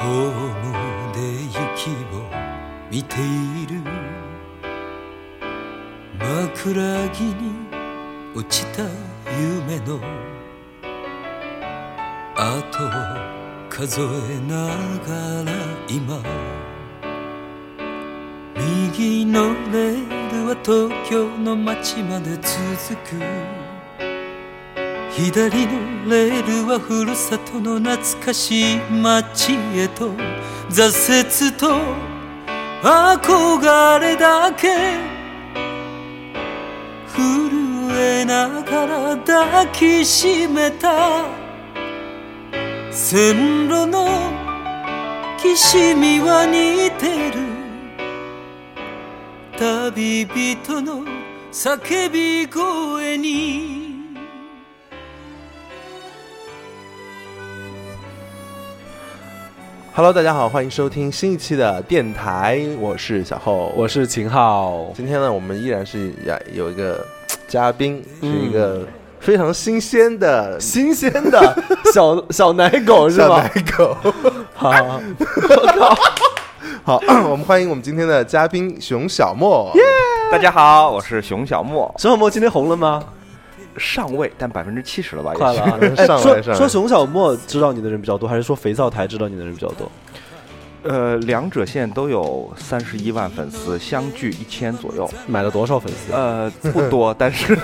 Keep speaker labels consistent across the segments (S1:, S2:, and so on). S1: ホームで雪を見ている枕木に落ちた夢の後を数えながら今右のレールは東京の街まで続く左のレールはふるさとの懐かしい街へと挫折と憧れだけ震えながら抱きしめた線路のきしみは似てる旅人の叫び声に
S2: ？Hello，大家好，欢迎收听新一期的电台，我是小厚。
S3: 我是秦昊，
S2: 今天呢，我们依然是呀有一个嘉宾，是一个非常新鲜的
S3: 嗯新鲜的 小小奶狗是
S2: 小
S3: 吧
S2: 奶？ 狗。
S3: 好，
S2: 好， 我们欢迎我们今天的嘉宾熊小莫。！
S4: 大家好，我是熊小莫，
S3: 熊小莫今天红了吗？
S4: 上位，但百分之七十了吧？
S3: 快
S4: 也
S3: 了
S4: 许
S3: 啊哎，
S2: 上来上
S3: 说
S2: 来
S3: 说熊小莫知道你的人比较多，还是说肥皂台知道你的人比较多？
S4: 呃，两者现在都有三十一万粉丝，相距一千左右。
S3: 买了多少粉丝？
S4: 呃，不多， 但是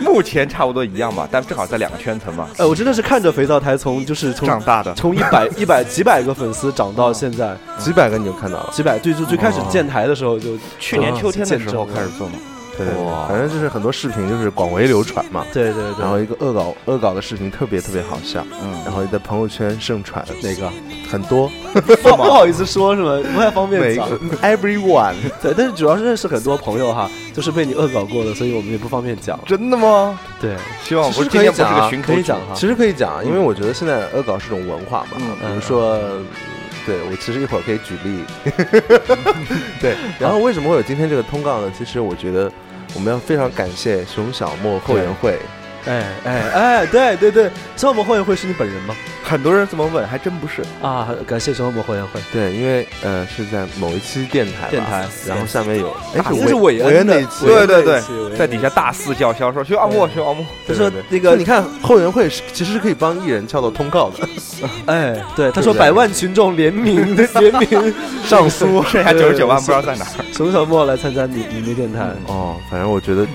S4: 目前差不多一样吧，但正好在两个圈层嘛。
S3: 哎，我真的是看着肥皂台从就是从
S4: 长大的
S3: 从一百一百几百个粉丝涨到现在
S2: 几百个你就看到了，
S3: 几百，对，就最开始建台的时候就
S4: 去年秋天的时候
S3: 见证了
S4: 开始做嘛，
S2: 对
S4: 哇
S2: 反正就是很多视频就是广为流传嘛。
S3: 对对
S2: 然
S3: 对，
S2: 后一个恶搞恶搞的视频特别特别好笑，
S4: 嗯，
S2: 然后在朋友圈盛传，
S3: 哪个？
S2: 很多，
S3: 不不好意思说是吗？不太方
S2: 每
S3: 便
S2: 一
S3: 讲
S2: 个。everyone，
S3: 对，但是主要是认识很多朋友哈，就是被你恶搞过的，所以我们也不方便讲。
S2: 真的吗？
S3: 对，
S4: 希望不
S2: 其
S4: 是
S2: 实可
S4: 今
S2: 以
S4: 天不是
S2: 讲啊
S4: 个寻
S3: 可
S4: 口
S3: 以
S4: 组
S3: 讲哈。
S2: 其实可以讲，因为我觉得现在恶搞是种文化嘛，
S4: 嗯
S2: 比如说，对我其实一会儿可以举 例，对。然后为什么会有今天这个通告呢？其实我觉得我们要非常感谢熊小莫后援会，
S3: 哎哎哎，对对对，小恶魔后援会是你本人吗？
S4: 很多人这么问，还真不是。
S3: 啊，感谢小恶魔后援会。
S2: 对，因为呃是在某一期电台吧，
S3: 电台
S2: 然后下面有，哎
S3: 啊
S2: 是
S3: 这是
S2: 韦
S3: 韦
S2: 恩
S3: 恩的
S2: 那一期，
S3: 对对
S4: 对对
S3: 对
S4: 对
S3: 对，
S4: 在底下大肆叫嚣说：“熊阿莫，熊阿莫。”
S3: 他说
S2: 对对
S3: 那
S2: 所以你
S3: 个，
S2: 看后援会是其实是可以帮艺人撬到通告的，
S3: 哎，对，他说百万群众联名联名
S2: 上书
S4: 剩下九十九万不知道在哪儿。
S3: 熊小莫来参加你你的电台。
S2: 哦，反正我觉得，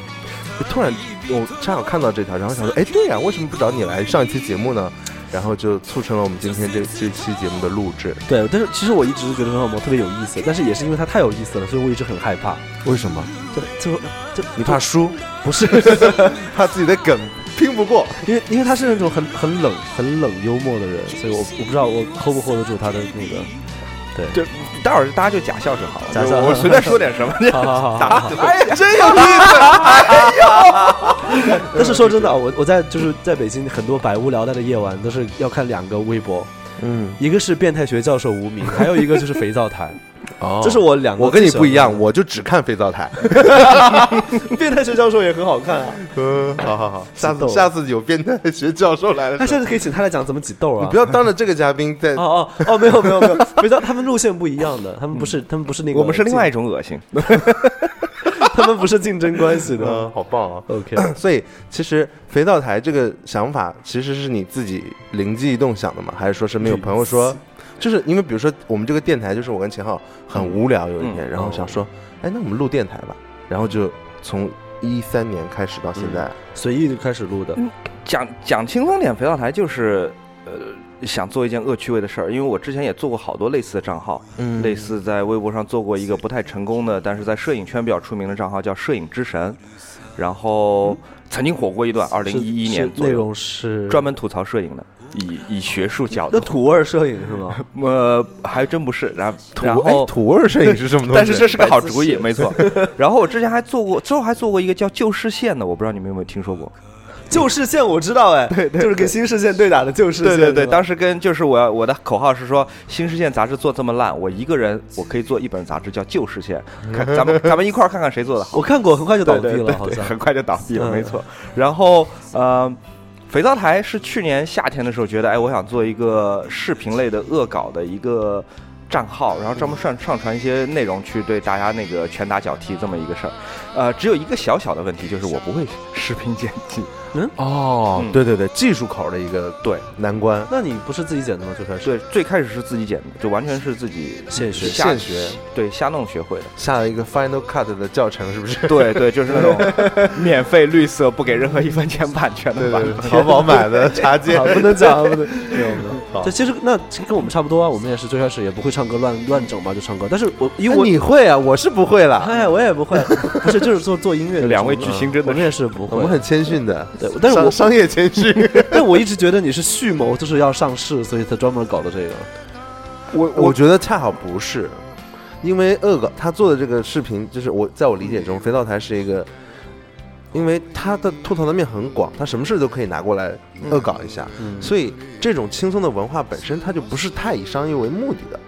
S2: 突然我正好看到这条，然后想说，哎，对呀、为什么不找你来上一期节目呢？然后就促成了我们今天这这期节目的录制。
S3: 对，但是其实我一直觉得熊小莫特别有意思，但是也是因为他太有意思了，所以我一直很害怕。
S2: 为什么？
S3: 对，就就
S2: 你怕输，
S3: 不是，
S2: 怕自己的梗拼不过。
S3: 因为因为他是那种很很冷很冷幽默的人，所以我我不知道我 hold 不 hold 得住他的那个。
S4: 就待会儿大家就假笑就好了，
S3: 假
S4: 就
S3: 笑
S4: 我随便说点什么，
S3: 好好好好
S4: 打
S3: 好。
S4: 哎呀，真
S3: 但是说真
S4: 嗯
S3: 的啊，我我在就是在北京很多百无聊赖的夜晚，都是要看两个微博，
S2: 嗯，
S3: 一个是变态学教授无名，还有一个就是肥皂 台。
S2: 哦
S3: 这是我两个。
S2: 我跟你不一， 样，我就只看肥皂台。
S3: 变态学教授也很好 看啊。
S2: 嗯，好好 好，下
S3: 真
S2: 次
S3: 逗
S2: 下次有变态学教授来了
S3: 那
S2: 时
S3: 下
S2: 候，
S3: 次可以请他来讲怎么挤痘
S2: 哎你
S3: 啊
S2: 不。要当着这个嘉宾在
S3: 哦。哦哦，没有没有没有，肥皂他们路线不一样的，他们不是他们不是那个，
S4: 嗯我们是另外一，种恶心。
S3: 他们不是竞争关系
S2: 嗯，
S3: 的。
S2: 好棒啊！
S3: OK，
S2: 所以其实肥皂台这个想法其实是你自己灵机一动想的吗？还是说身边有朋友说，就是因为比如说我们这个电台，就是我跟秦昊很无聊有一天，
S4: 嗯
S2: 然后想说，哎，那我们录电台吧，然后就从一三年开始到现在，
S3: 随意就开始录的。
S4: 嗯讲讲轻松点，肥皂台就是呃想做一件恶趣味的事儿，因为我之前也做过好多类似的账号，
S2: 嗯
S4: 类似在微博上做过一个不太成功的，但是在摄影圈比较出名的账号叫摄影之神，然后曾经火过一段，二零一一
S3: 是
S4: 年
S3: 是
S4: 左
S3: 内
S4: 右，
S3: 容是
S4: 专门吐槽摄影的，以以学术角
S3: 那
S4: 度，
S3: 土味摄影是 吗？
S4: 呃，还真不是，然后然
S2: 土哎
S4: 后
S2: 土味摄影是 什么东西？
S4: 但是这是个好主意，
S2: 白
S4: 没错。然后我之前还做过，之后还做过一个叫旧视线的，我不知道你们有没有听说过。
S3: 旧视线我知道哎，就是跟新视线对打的旧视线。
S4: 对对对，
S3: 是吧
S4: 当时跟就是我要我的口号是说，新视线杂志做这么烂，我一个人我可以做一本杂志叫旧视线，看咱们咱们一块儿看看谁做的好。
S3: 我看过，很快就倒闭
S4: 对对
S3: 了，
S4: 对
S2: 嗯
S3: 好
S4: 对
S3: 像
S4: 很快就倒闭了，
S3: 嗯
S4: 没错。然后呃，肥皂台是去年夏天的时候觉得，哎，我想做一个视频类的恶搞的一个账号，然后专门上上传一些内容去对大家那个拳打脚踢这么一个事儿。呃，只有一个小小的问题，就是我不会视频剪辑。
S2: 哦
S4: 嗯
S2: 对对对，技术口的一个
S4: 对
S2: 难关，
S3: 那你不是自己剪的吗？最开 始
S4: 对，最开始是自己剪的，就完全是自己
S3: 现学
S4: 瞎
S2: 现学，
S4: 对，瞎弄学会的。
S2: 下了一个 Final Cut 的教程是 不是？
S4: 对对，就是那 种免费、绿色、不给任何一分钱版权的版本。
S2: 淘宝买 的茶
S3: 啊，
S2: 秸，
S3: 不能讲，不能， 没有没
S2: 好
S3: 有。这其实那其实跟我们差不多啊，我们也是最开始也不会唱歌乱乱整嘛，就唱歌。但是我因
S2: 因
S3: 为
S2: 为
S3: 我
S2: 你会啊，我是不会啦，
S3: 哎，我也不会，不是就是做做音 乐的。
S4: 两位巨星真的
S3: 我们也是不
S2: 我
S3: 会
S2: 们。很谦逊的，
S3: 对，但是
S2: 商
S3: 我
S2: 商业谦逊。
S3: 但我一直觉得你是蓄谋，就是要上市，所以才专门搞的这个。
S4: 我
S2: 我觉得恰好不是，因为恶搞他做的这个视频，就是我在我理解中，肥皂台是一个，因为他的吐槽的面很广，他什么事都可以拿过来恶搞一下，
S3: 嗯
S2: 所以这种轻松的文化本身，它就不是太以商业为目的的。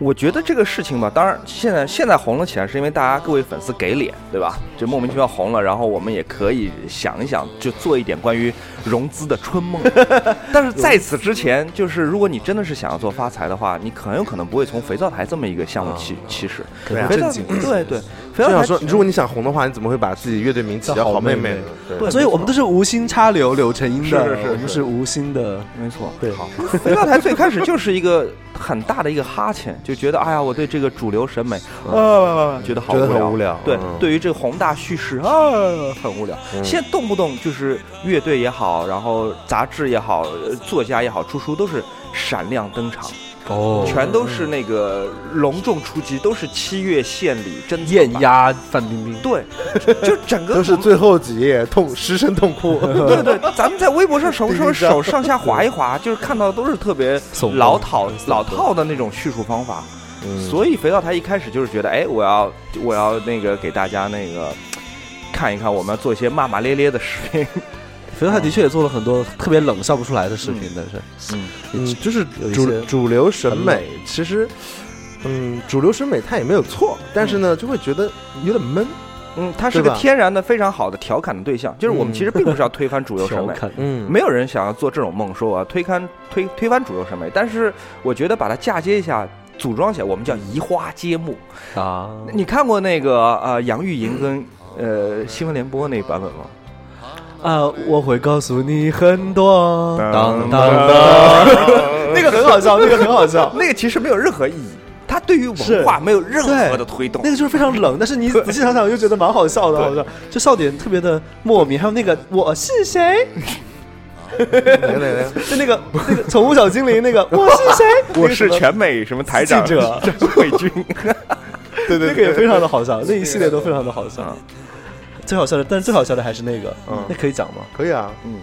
S4: 我觉得这个事情吧，当然现在现在红了起来，是因为大家各位粉丝给脸，对吧？就莫名其妙红了，然后我们也可以想一想，就做一点关于融资的 春梦。但是在此之前，就是如果你真的是想要做发财的话，你很有可能不会从肥皂台这么一个项目起
S2: 啊
S4: 起始。
S3: 可能
S4: 肥
S3: 会
S4: 皂
S3: 正经。
S4: 对对，肥
S2: 就
S4: 皂
S2: 想
S4: 台
S2: 说，如果你想红的话，你怎么会把自己乐队名起叫
S3: 叫
S2: 好
S3: 好
S2: 妹
S3: 妹
S2: 妹
S3: 妹
S2: 呢？
S4: 对
S3: 所以我们都是无心插柳柳成荫的，
S4: 是是是
S3: 我们是无心的。
S4: 没错，
S3: 对，
S4: 肥皂台最开始就是一个很大的一个哈欠，就觉得哎呀，我对这个主流审美，啊，觉得好
S2: 觉得
S4: 无
S2: 很
S4: 聊
S2: 无。聊。
S4: 对
S2: 嗯，
S4: 对于这个宏大叙事啊，很无聊。现在动不动就是乐队也好，然后杂志也好，呃作家也好，出书都是闪亮登场，
S3: 哦
S4: 全都
S2: 嗯
S4: 是那个隆重出击，都是七月献礼珍藏
S3: 艳
S4: 版。
S3: 压范冰冰。
S4: 对，就整个
S2: 都是
S4: 我们
S2: 最后几页痛失声痛哭。
S4: 对对，咱们在微博 上手手手上下划一划，就是看到都是特别
S3: 耸动嗯
S4: 老套老套的那种叙述方法。所以肥皂台一开始就是觉得，哎，我要我要那个给大家那个看一看，我们要做一些骂骂咧咧的视 频。
S3: 肥皂他的确也做了很多特别冷笑不出来的视频，但是
S4: 嗯，
S2: 嗯，就是
S3: 有一
S2: 主
S3: 些
S2: 主流审
S3: 很
S2: 美，其实，嗯，主流审美它也没有错，但是呢，就会觉得有点闷。
S4: 嗯，它是
S2: 对
S4: 个
S2: 吧
S4: 天然的非常好的调侃的对象，就是我们
S2: 嗯
S4: 其实并不是要推翻主流审
S3: 调
S4: 美。
S3: 侃。
S2: 嗯
S4: 没有人想要做这种梦，说我要推翻推推翻主流审美，但是我觉得把它嫁接一下、组装一下，我们叫移花接木。
S3: 啊，
S4: 你看过那个呃杨钰莹跟呃新闻联播那版本吗？
S3: 啊，我会告诉你很多。当当当，
S4: 当，
S3: 那个很好笑，那个很好笑，
S4: 那个其实没有任何意义，它对于
S3: 是
S4: 文化没有任何的推动
S3: 那。个就是非常冷，但是你仔细想想又觉得蛮好笑的，
S4: 对
S3: 好像就笑点特别的莫名。还有那个我是谁，
S2: 来来来，
S3: 就那个那个宠物小精灵那个我是谁， 那
S4: 我是
S3: 个什么
S4: 全美什么台长
S3: 记 者
S4: 张慧君，
S2: 对对
S3: 那个也非常的好笑，那一系列都非常的好笑
S4: 嗯。
S3: 最好笑的，但是最好笑的还是那个
S4: 嗯，
S3: 那可以讲吗？
S2: 可以啊，
S4: 嗯，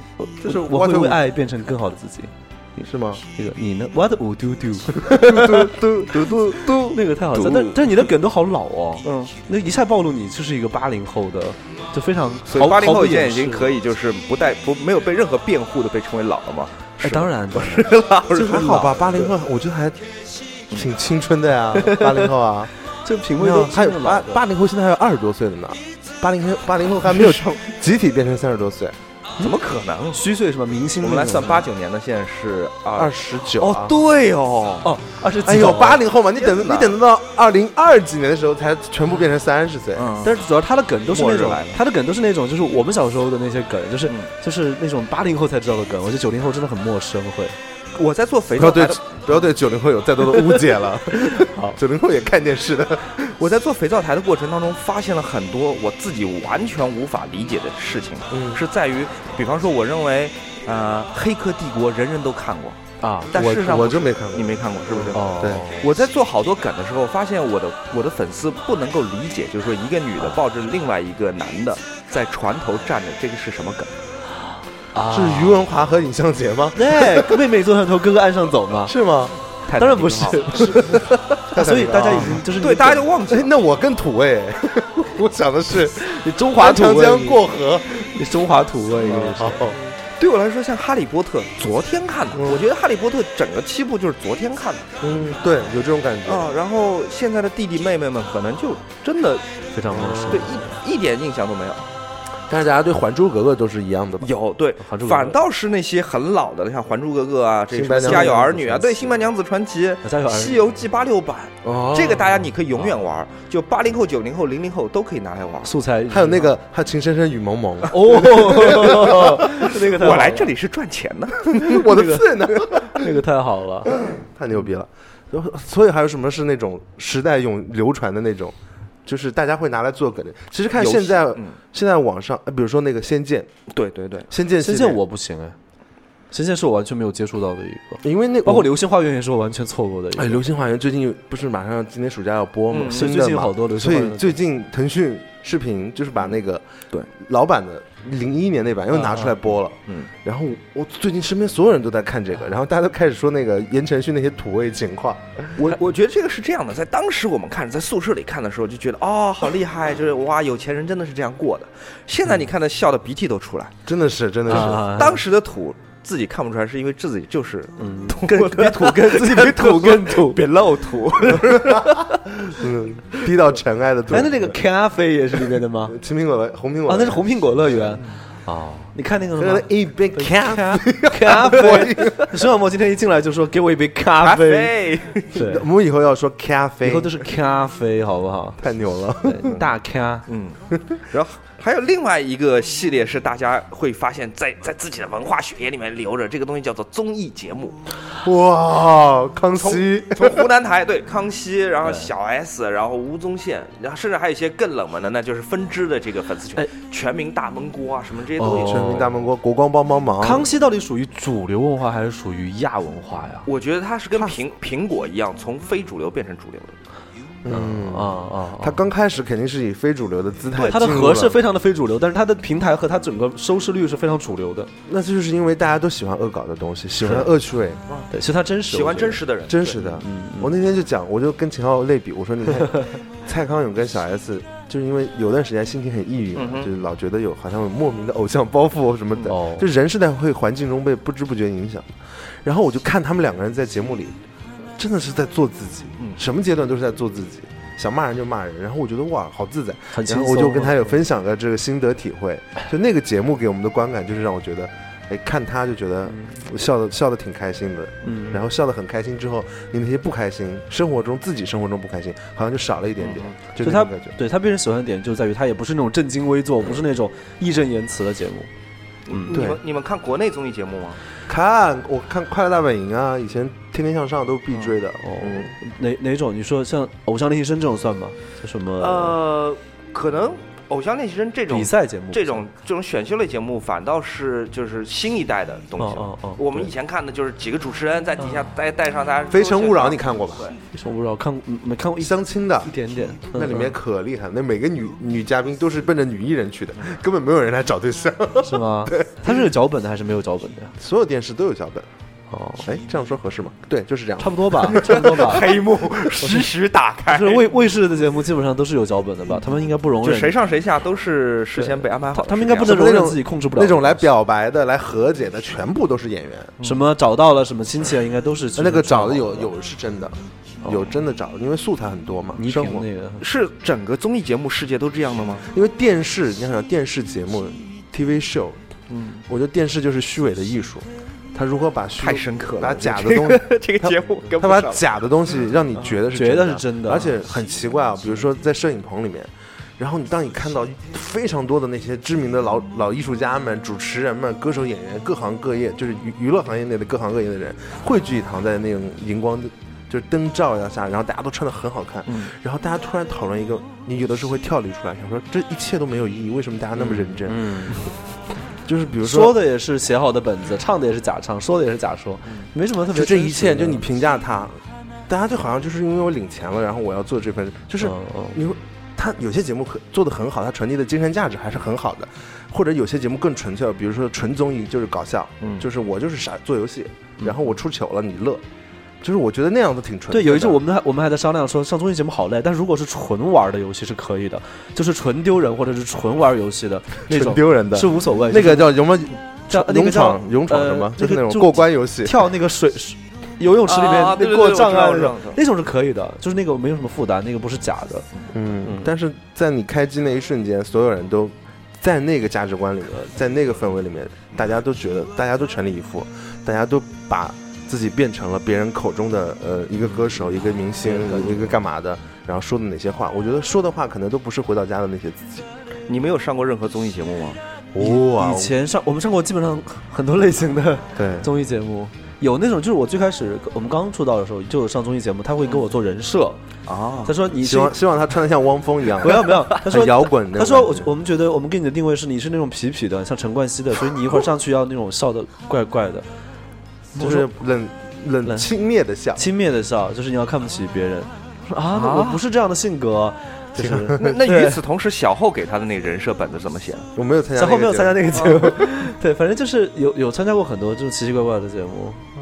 S2: 就是
S3: 我会
S2: What
S3: 为
S2: we-
S3: 爱变成更好的自己。
S2: 是吗？
S3: 那个你呢？What would you do？
S2: 嘟嘟嘟嘟嘟，
S3: 那个太好笑，
S4: 嘟
S3: 但但你的梗都好老哦，
S4: 嗯，
S3: 那一下暴露你就是一个八零后的，就非常
S4: 所以八零后现在已经
S3: 以，
S4: 可以就是不带不没有被任何辩护的被称为老了嘛？
S3: 哎，当然的，
S2: 这嗯还好吧？八零后，我觉得还挺青春的 呀，八零后啊，
S3: 这品味都
S2: 还有八
S3: 八
S2: 八零后，现在还有二十多岁的呢。八零后， 八零后还没有集体变成三十多岁，
S4: 怎么可能？
S3: 虚岁什么明星
S4: 我
S3: 那种的，
S4: 们来算八九年的，现在是
S2: 二
S4: 二
S2: 十九啊
S4: 哦，对哦，
S3: 哦，二十
S2: 哎呦，八零后嘛，你等
S4: 天哪
S2: 你等到二零二几年的时候才全部变成三十岁，
S4: 嗯，
S3: 但是主要他的梗都是
S4: 末日
S3: 那种
S4: 来了，
S3: 他的梗都是那种，就是我们小时候的那些梗，就是、
S4: 嗯
S3: 就是那种八零后才知道的梗，我觉得九零后真的很陌生， 会。
S4: 我在做肥
S2: 不要
S4: 皂
S2: 啊对
S4: 台的，
S2: 不要对九零后有再多的误解 了。九零后也看电视的，
S4: 我在做肥皂台的过程当中，发现了很多我自己完全无法理解的事情，
S2: 嗯
S4: 是在于，比方说，我认为，呃，《黑客帝国》人人都看过，
S3: 啊
S4: 但事实上
S2: 我我
S4: 不是
S2: 就没看过
S4: 你没看过是不是？
S3: 哦，
S2: 对
S4: 我在做好多梗的时候，发现我的我的粉丝不能够理解，就是说一个女的抱着另外一个男的在船头站着，这个是什么梗？
S3: 啊
S2: 是余文华和尹相杰吗？
S3: 对，妹妹坐上头，哥哥岸上走嘛。
S2: 是吗？
S4: 泰坦
S3: 当然
S4: 尼
S3: 不
S4: 克
S3: 是
S4: 号，
S2: 太
S3: 所以
S2: 惨了啊
S3: 大家已经就是
S4: 啊对，大家就忘记
S2: 哎
S4: 了，。
S2: 那我更土味，我想的是
S3: 你 中华
S2: 华嗯
S3: 土
S2: 长
S3: 味
S2: 江，过河。
S3: 你中华土味，你是
S2: 好，
S4: 对我来说，像《哈利波特》，昨天看
S3: 嗯
S4: 的，我觉得《哈利波特》整个七部就是昨天看的。
S2: 嗯，对，有这种感觉。
S4: 啊、然后现在的弟弟妹妹们可能就真的
S3: 非常陌生。
S4: 对一一点印象都没有。
S2: 但是大家对《还珠格格》都是一样的吧？
S4: 有对
S3: 还珠，格格
S4: 反倒是那些很老的，像《还珠格格》啊，这个
S2: 新
S4: 什
S2: 白娘
S4: 么《家
S2: 子
S4: 有儿女》啊，
S2: 传
S4: 对，《
S2: 奇
S4: 新白娘子传奇》
S3: 家有儿
S4: 《
S3: 女
S4: 西游记》八六版，
S2: 哦
S4: 这个大家你可以永远玩儿，就八零后、九零后、零零后都可以拿来玩儿。
S3: 素材
S2: 还有那个还有《情深深雨蒙蒙》
S3: 哦， 那个太好
S4: 我来
S3: 了
S4: 这里是赚钱的，
S2: 我的字呢？
S3: 那个太好了。
S2: 太牛逼了！然后所以还有什么是那种时代永流传的那种，就是大家会拿来做梗的。其实看
S4: 游戏
S2: 现在，
S4: 嗯
S2: 现在网上，呃比如说那个《仙剑》，《
S4: 对对对，
S2: 仙剑》系
S3: 仙
S2: 列
S3: 剑我不行哎，仙剑是我完全没有接触到的一个，
S2: 因为那
S3: 包括《
S2: 我
S3: 流星花园》也是我完全错过的一
S2: 哎，《
S3: 个。
S2: 流星花园》最近不是马上今年暑假要播嘛，
S4: 嗯
S2: 新
S3: 最
S2: 的
S3: 近
S2: 嘛，
S3: 好多流星
S2: 所
S3: 花园
S2: 以最近腾讯视频就是把那个
S4: 对
S2: 老版的零一年那版又拿出来播了，
S4: 嗯，
S2: 然后我最近身边所有人都在看这
S3: 嗯
S2: 个，然后大家都开始说那个言承旭那些土味情话，
S3: 哎
S4: 我我觉得这个是这样的，在当时我们看，在宿舍里看的时候就觉得哦，好厉害，就是哇，有钱人真的是这样过的。现在你看他笑的鼻涕都出来，
S2: 真的是真的是，
S3: 嗯啊
S4: 当时的土自己看不出来，是因为自己就是
S3: 嗯
S4: 土 跟别土跟自 己别土跟土，别露土。
S2: 嗯，低到尘埃的土。
S3: 哎，那那个咖啡也是里面的吗？
S2: 青苹果乐红苹果
S3: 啊，那
S2: 乐
S3: 是红苹果乐园。哦，你看那个什
S2: 喝
S3: 么
S2: 了一杯咖啡。
S3: 咖 啡，徐小萌今天一进来就说给我一杯咖
S4: 咖
S3: 啡，
S4: 啡，
S3: 对
S2: 我，们以后要说咖啡，
S3: 以后都是咖啡，好不好？
S2: 太牛了。
S3: 对大咖，
S4: 嗯， 然后还有另外一个系列是大家会发现在在自己的文化血液里面流着，这个东西叫做综艺节目。
S2: 哇，康熙，
S4: 从湖南台对康熙，然后
S3: 对
S4: 小 S，然后吴宗宪，然后甚至还有一些更冷门的，那就是分支的这个粉丝群
S3: 哎，
S4: 全民大闷锅啊，什么这些东西。
S2: 哦全民大闷锅，国光帮帮忙。
S3: 康熙到底属于主流文化还是属于亚文化呀？
S4: 我觉得它是跟苹苹果一样，从非主流变成主流的。
S2: 嗯
S3: 啊啊，啊
S2: 他刚开始肯定是以非主流的姿态，
S3: 它的核是，非常的非主流，但是它的平台和它整个收视率是非常主流的。
S2: 那这就是因为大家都喜欢恶搞的东西，喜欢恶趣味，
S3: 对，其实它真实，
S4: 喜欢
S3: 我觉得
S4: 真。实的人，
S2: 真实的。
S3: 嗯
S2: 我那天就讲，我就跟秦昊类比，我说你 看蔡康永跟小 S，就是因为有段时间心情很抑郁嘛
S4: 嗯，哼
S2: 就是老觉得有好像有莫名的偶像包袱什么的，
S3: 哦
S2: 就人是在会环境中被不知不觉影响。然后我就看他们两个人在节目里，真的是在做自己，
S3: 嗯
S2: 什么阶段都是在做自己，想骂人就骂人。然后我觉得哇，好自在。
S3: 很轻
S2: 然
S3: 松
S2: 后我就跟他有分享了这个心得体会，就那个节目给我们的观感就是让我觉得。哎，看他就觉得我笑的笑的挺开心的，
S3: 嗯
S2: 然后笑得很开心之后，你那些不开心，生活中自己生活中不开心，好像就少了一点点，就
S3: 嗯就
S2: 那
S3: 他
S2: 种感觉。
S3: 对他被人喜欢的点就在于他也不是那种正襟危坐，不是那种义正言辞的节目。嗯
S4: 你们你们看国内综艺节目吗？
S2: 看，我看《快乐大本营》啊，以前《天天向上》都必追的。哦，嗯，
S3: 哪哪种？你说像《偶像练习生》这种算吗？叫什么
S4: 呃，可能《偶像练习生》这种
S3: 比赛节目？
S4: 这种这种选秀类节目，反倒是就是新一代的东西了。
S3: 哦哦哦嗯
S4: 我们以前看的就是几个主持人在底下带带上他。
S2: 《非诚勿扰》你看过吧？
S4: 对
S3: 我不知道，看过嗯没看过一
S2: 相亲的
S3: 一点 点。
S2: 那里
S3: 嗯
S2: 面可厉害，那每个女女嘉宾都是奔着女艺人去的，根本没有人来找对象。
S3: 嗯是吗？他是有脚本的还是没有脚本的呀？
S2: 所有电视都有脚本。
S3: 哦，
S2: 哎，这样说合适吗？对，就是这样
S3: 差。不多吧，差不多 吧。
S4: 黑幕实时打开，
S3: 就是卫卫视的节目基本上都是有脚本的吧？他们应该不容
S4: 就
S3: 忍
S4: 谁上谁下都是事先被安排
S3: 他
S4: 好的。啊
S3: 他们应该不
S4: 是
S2: 怎
S3: 能
S2: 么
S3: 容
S2: 那
S3: 忍
S2: 种
S3: 自己控制不了
S2: 那种来表白的、来和解的，全部都是演员。
S3: 什么找到了什么亲戚啊，应该都是
S2: 那个找的有有是真的，有真的找的，因为素材很多嘛。
S3: 倪
S2: 生
S3: 萍
S2: 活，
S3: 哦那个
S4: 这样是整个综艺节目世界都这样的吗？
S2: 因为电视，你想想电视节目，TV show，嗯，我觉得电视就是虚伪的艺术，他如何把虚
S4: 太深刻了
S2: 把假
S4: 这
S2: 的东西。
S4: 个 这个节目跟
S2: 他
S4: 不
S2: 把
S4: 上。
S2: 假的东西让你觉得是
S3: 觉得是真的
S2: 而且很奇怪啊。比如说在摄影棚里面，然后你当你看到非常多的那些知名的老老艺术家们、主持人们、歌手、演员，各行各业，就是娱娱乐行业内的各行各业的人汇聚一堂，在那种荧光就是灯照耀下，然后大家都穿的很好看，
S3: 嗯
S2: 然后大家突然讨论一个，你有的时候会跳离出来，想说这一切都没有意义，为什么大家那么认真？
S3: 嗯，
S2: 就是比如
S3: 说的也是写好的本子，唱的也是假唱，说的也是假说，没什么特
S2: 嗯
S3: 别
S2: 就这
S3: 真实的。
S2: 一切，就你评价他，大家就好像就是因为我领钱了，然后我要做这份，就是
S3: 嗯嗯
S2: 你说他有些节目可做的很好，他传递的精神价值还是很好的，或者有些节目更纯粹，比如说纯综艺就是搞笑，
S3: 嗯
S2: 就是我就是傻做游戏，然后我出糗了你乐，就是我觉得那样子挺纯粹
S3: 对，
S2: 的。
S3: 有一阵我们还我们还在商量说上综艺节目好累，但如果是纯玩的游戏是可以的，就是纯丢人或者是纯玩游戏的那种
S2: 纯丢人的
S3: 是无所谓。
S2: 那个叫什么
S3: 叫那
S2: 勇
S3: 个叫
S2: 闯勇闯什么
S3: 呃，
S2: 就是那
S3: 那个
S2: 种过关游戏。
S3: 跳那个水水游泳池里面
S4: 啊对
S3: 那
S4: 对
S3: 过
S4: 对我
S3: 障
S4: 知道
S3: 碍
S4: 我
S3: 那
S4: 知道
S3: 种
S4: 我知道，
S3: 那种是可以的，就是那个
S2: 嗯
S3: 没有什么负担，那个不是假的。
S2: 嗯，但是在你开机那一瞬间，所有人都在那个价值观里面，在那个氛围里面，大家都觉得大家都全力以赴，大家都把自己变成了别人口中的呃一个歌手、一个明星、
S3: 嗯
S2: 一个干嘛的，然后说的哪些话，我觉得说的话可能都不是回到家的那些自己。
S4: 你没有上过任何综艺节目吗？
S2: 哇哦
S3: 以前上我们上过基本上很多类型的
S2: 对，
S3: 综艺节目，有那种就是我最开始我们刚出道的时候就有上综艺节目，他会给我做人设，
S4: 啊
S3: 他，说你
S2: 希
S3: 是
S2: 望希望他穿的像汪峰一样，
S3: 不要不要，他说
S2: 很摇滚那种
S3: 他说我
S2: 感觉
S3: 我们觉得我们给你的定位是你是那种痞痞的，像陈冠希的，所以你一会儿上去要那种笑的怪怪的，
S2: 就
S3: 我说
S2: 是冷冷
S3: 冷
S2: 轻蔑的笑，
S3: 轻蔑的笑，就是你要看不起别人。我说啊，那我不是这样的性格，就是
S4: 那那
S3: 对
S4: 与此同时，小后给他的那个人设本子怎么写的？
S2: 我没有参加，
S3: 在后面有参加
S2: 那个
S3: 那个节目， 对，反正就是有有参加过很多这种奇奇怪怪的节目，
S2: 节目，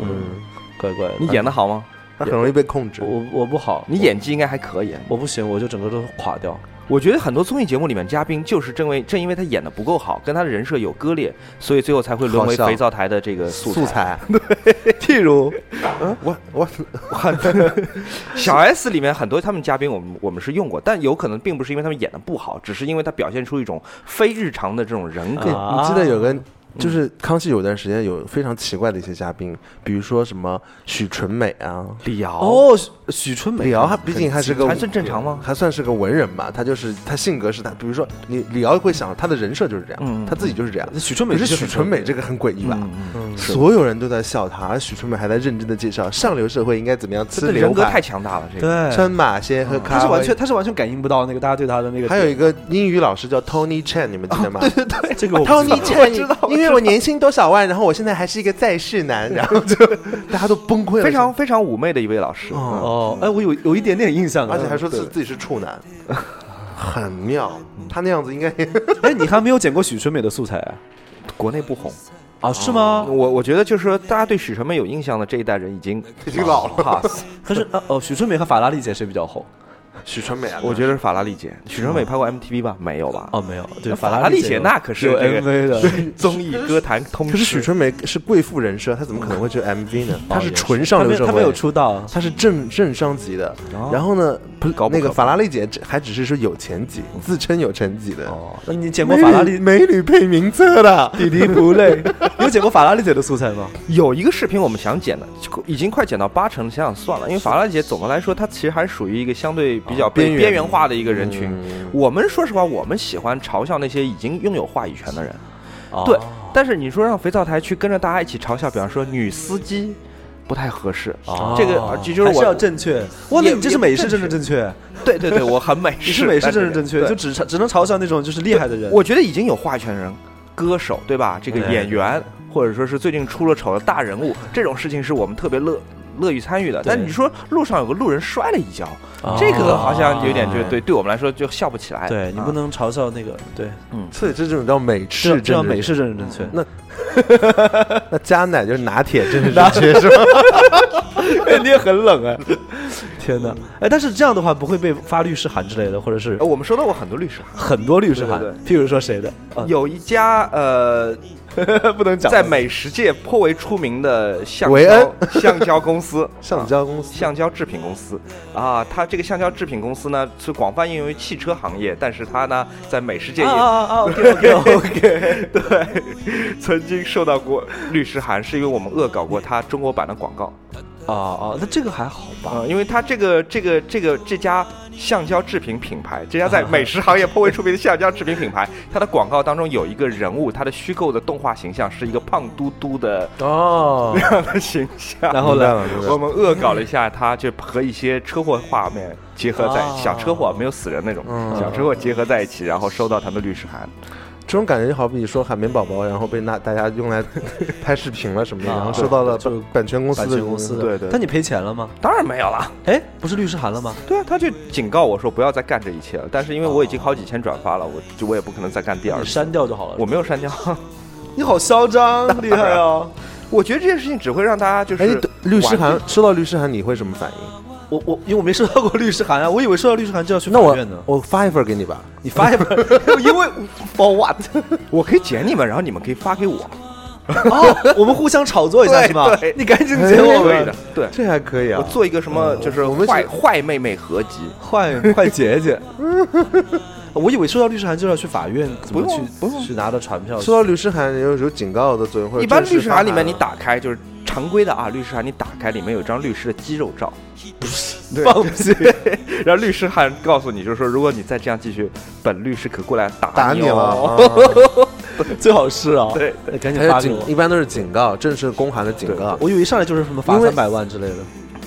S3: 嗯，
S2: 嗯，
S3: 怪怪的。
S4: 你演的好吗？
S2: 他很容易被控制。
S3: 我我不好，
S4: 你演技应该还可以。
S3: 我不行，我就整个都垮掉。
S4: 我觉得很多综艺节目里面嘉宾就是正为正因为他演的不够好，跟他的人设有割裂，所以最后才会沦为
S2: 好笑
S4: 肥皂台的这个素
S2: 素材，
S4: 譬如
S2: 嗯我我
S4: 小 S 里面很多他们嘉宾，我们我们是用过，但有可能并不是因为他们演的不好，只是因为他表现出一种非日常的这种人格。
S3: 啊
S2: 你记得有个，就是康熙有段时间有非常奇怪的一些嘉宾，比如说什么许纯美啊，
S4: 李敖，
S3: 哦，哎许许春啊梅，
S2: 李敖他毕竟还是个
S4: 还算正常吗？
S2: 还算是个文人吧，他就是他性格是他，比如说你李敖会想他的人设就是这样，
S4: 嗯
S2: 他自己就是这样。
S3: 许春
S2: 可
S3: 梅
S2: 是
S3: 是
S2: 许纯美这个很诡异吧？
S3: 嗯
S2: 所有人都在笑他，而许纯美还在认真的介绍上流社会应该怎么样
S4: 这
S2: 吃
S4: 个
S2: 牛
S4: 人格太
S2: 排、
S4: 强大了，这个。
S3: 对，
S2: 穿马鞋、喝咖啡。
S3: 他是完全他是完全感应不到那个大家对他的那个。
S2: 还有一个英语老师叫 Tony Chan，你们记得吗？对对对
S3: 这个我不知道
S2: ，Tony Chan，因为我年薪多少万，然后我现在还是一个在世 男，然后就大家都崩溃了，
S4: 非常非常妩媚的一位老师，
S2: 哦
S3: 哦，哎，我有有一点点印象啊，
S2: 而且还说
S3: 对
S2: 自自己是处男，嗯很妙。他那样子应该也
S3: 哎，你还没有剪过许春梅的素材啊？
S4: 国内不红。
S3: 啊，是吗？
S4: 我我觉得就是说，大家对许纯美有印象的这一代人已经
S2: 已经老了
S4: pass
S3: 可是啊哦，许春梅和法拉利姐谁比较红？
S2: 许纯美啊，
S4: 我觉得是法拉利姐，许纯美拍过 MTV 吧？没有吧？
S3: 哦，没有，对，
S4: 那
S3: 法
S4: 拉利
S3: 姐有
S4: 那可是
S3: 有
S4: 这个
S3: MV 的，
S4: 综艺歌坛通
S2: 可是许
S4: 吃
S2: 纯美是贵妇人设，她怎么可能会去 MV 呢？ 她是纯
S3: 他
S2: 上流
S3: 们
S2: 社
S3: 他
S2: 会，
S3: 们有出道，
S2: 她是政政商级的。然后呢，哦不是
S4: 搞不
S2: 那个
S4: 可
S2: 法拉利姐只还只是说有钱级，自称有钱级的。
S3: 哦，那你剪过法 拉利？
S2: 美女美女配名册的，
S3: 弟弟不累，你有剪过法拉利姐的素材吗？
S4: 有一个视频我们想剪的，已经快剪到八成了，想想算了，因为法拉利姐总的来说，她其实还属于一个相对比较
S2: 啊边
S4: 被
S2: 缘
S4: 边缘化的一个人群
S2: 嗯。
S4: 我们说实话，我们喜欢嘲笑那些已经拥有话语权的人，
S3: 哦
S4: 对。但是你说让肥皂台去跟着大家一起嘲笑，比方说女司机，不太合适。
S3: 哦
S4: 这个就
S3: 还
S4: 是
S3: 是要
S4: 我
S3: 正确，哇，那
S4: 也
S3: 你这是美式政治正确，
S4: 对对对，我很美式，
S3: 你是美式
S4: 但
S3: 政治正确，
S4: 对
S3: 就只只能嘲笑那种就是厉害的人。
S4: 我觉得已经有话语权的人，歌手对吧？这个
S3: 对
S4: 演员，或者说是最近出了丑的大人物，这种事情是我们特别乐乐于参与的。
S3: 对
S4: 但你说路上有个路人摔了一跤，
S3: 哦
S4: 这个好像有点就对，对我们来说就笑不起来。
S3: 啊对你
S4: 啊
S3: 不能嘲笑那个，对，
S2: 所以这种叫美
S3: 这
S2: 式
S3: 这叫
S2: 政治
S3: 美式政治正确。
S2: 那加奶就是拿铁政治正确 是吧？
S3: 你也很冷哎，天哪！哎，但是这样的话不会被发律师函之类的，或者是
S4: 呃我们收到过很多律师函，
S3: 很多律师函
S4: 对，
S3: 譬如说谁的，啊
S4: 有一家呃，
S3: 不能讲
S4: 在美食界颇为出名的橡
S2: 韦恩
S4: 胶橡胶公 司，啊
S2: 橡胶公司，
S4: 橡胶制品公司啊，它这个橡胶制品公司呢是广泛应用于汽车行业，但是它呢在美食界也
S3: 啊啊 啊，OK OK OK，
S4: 对，曾经受到过律师函，是因为我们恶搞过他中国版的广告
S3: 啊啊，那这个还好吧？
S4: 啊、因为他这个这个这个这家橡胶制品品牌，这家在美食行业颇为出名的橡胶制品品牌，它的广告当中有一个人物，他的虚构的动画形象是一个胖嘟嘟的
S2: 哦，
S4: 这样的形象。
S3: 然后
S2: 明白
S3: 呢？
S2: 了，明白
S4: 我
S2: 了
S4: 们恶搞了一下他，就和一些车祸画面结合在
S3: 啊
S4: 小车祸没有死人那种
S2: 嗯
S4: 小车祸结合在一起，然后收到他们律师函。
S2: 这种感觉就好比你说海绵宝宝，然后被那大家用来拍视频了什么的，
S3: 啊
S2: 然后收到了
S3: 对
S2: 版版权公司
S3: 版
S2: 的
S3: 权公司的，
S2: 对对，
S3: 但你赔钱了吗？
S4: 当然没有了。
S3: 哎，不是律师函了吗？
S4: 对啊，他就警告我说不要再干这一切了。但是因为我已经好几千转发了，我就我也不可能再干第二
S3: 你
S4: 次。
S3: 删掉就好
S4: 我
S3: 了。
S4: 没有删掉，
S3: 你好嚣张，厉害哦！
S4: 我觉得这件事情只会让大家就是
S2: 哎，你对律师
S4: 玩
S2: 函收到律师函你会什么反应？
S3: 我我因为我没收到过律师函啊，我以为收到律师函就要去
S2: 那
S3: 法
S2: 我
S3: 院呢。
S2: 我发一份给你吧，
S3: 你发一份，因为 for what？
S4: 我可以剪你们，然后你们可以发给我，
S3: 哦，我们互相炒作一下
S4: 对
S3: 是吗
S4: 对？
S3: 你赶紧
S2: 哎
S3: 剪我
S4: 可以
S3: 们
S4: 的。对，
S2: 这还可以啊
S4: 我。做一个什么就是
S2: 我们
S4: 坏
S2: 是
S4: 坏妹妹合集，
S3: 坏坏姐姐，我以为收到律师函就要去法院，怎么
S4: 不
S3: 去
S4: 用不用
S3: 去拿着传票？
S2: 收到律师函有有警告的作用，或者
S4: 一般
S2: 正式
S4: 律师函里
S2: 发
S4: 面
S2: 函
S4: 你打开就是常规的啊，律师函你打开里面有一张律师的肌肉照，对
S3: 放 屁！
S4: 然后律师函告诉你就是说，如果你再这样继续，本律师可过来打
S2: 打你
S4: 哦
S2: 了，啊
S3: 最好是啊，
S4: 对，
S3: 赶
S2: 还
S3: 紧
S2: 有
S3: 发给
S2: 警
S3: 我。
S2: 一般都是警告，正式公函的警告。
S3: 我以为一上来就是什么罚
S2: 啊因为
S3: 三百万之类的，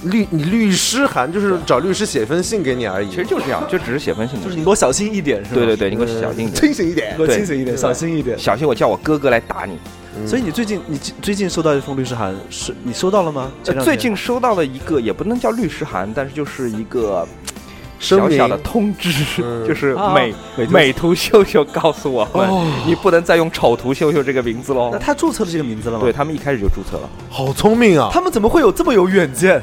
S2: 律你律师函就是找律师写封信给你而已，
S4: 其实就是这样，就只是写封信的，
S3: 就是你给我小心一点，是吧？
S4: 对对对，你给我小心一点，
S2: 清醒一点
S3: 给。我
S4: 对
S3: 清醒一点，小心一点。
S4: 小心我叫我哥哥来打你。
S2: 嗯
S3: 所以你最近你最近收到一封律师函，是你收到了吗？前两天
S4: 最近收到了一个，也不能叫律师函，但是就是一个
S2: 声
S4: 小
S2: 明
S4: 小的通知，
S2: 嗯
S4: 就是
S3: 啊
S4: 美、
S3: 美图
S4: 美图秀秀告诉我们，
S3: 哦
S4: 你不能再用丑图秀秀这个名字喽
S3: 那。他注册了这个名字了吗？
S4: 对，他们一开始就注册了。
S2: 好聪明啊！
S3: 他们怎么会有这么有远见？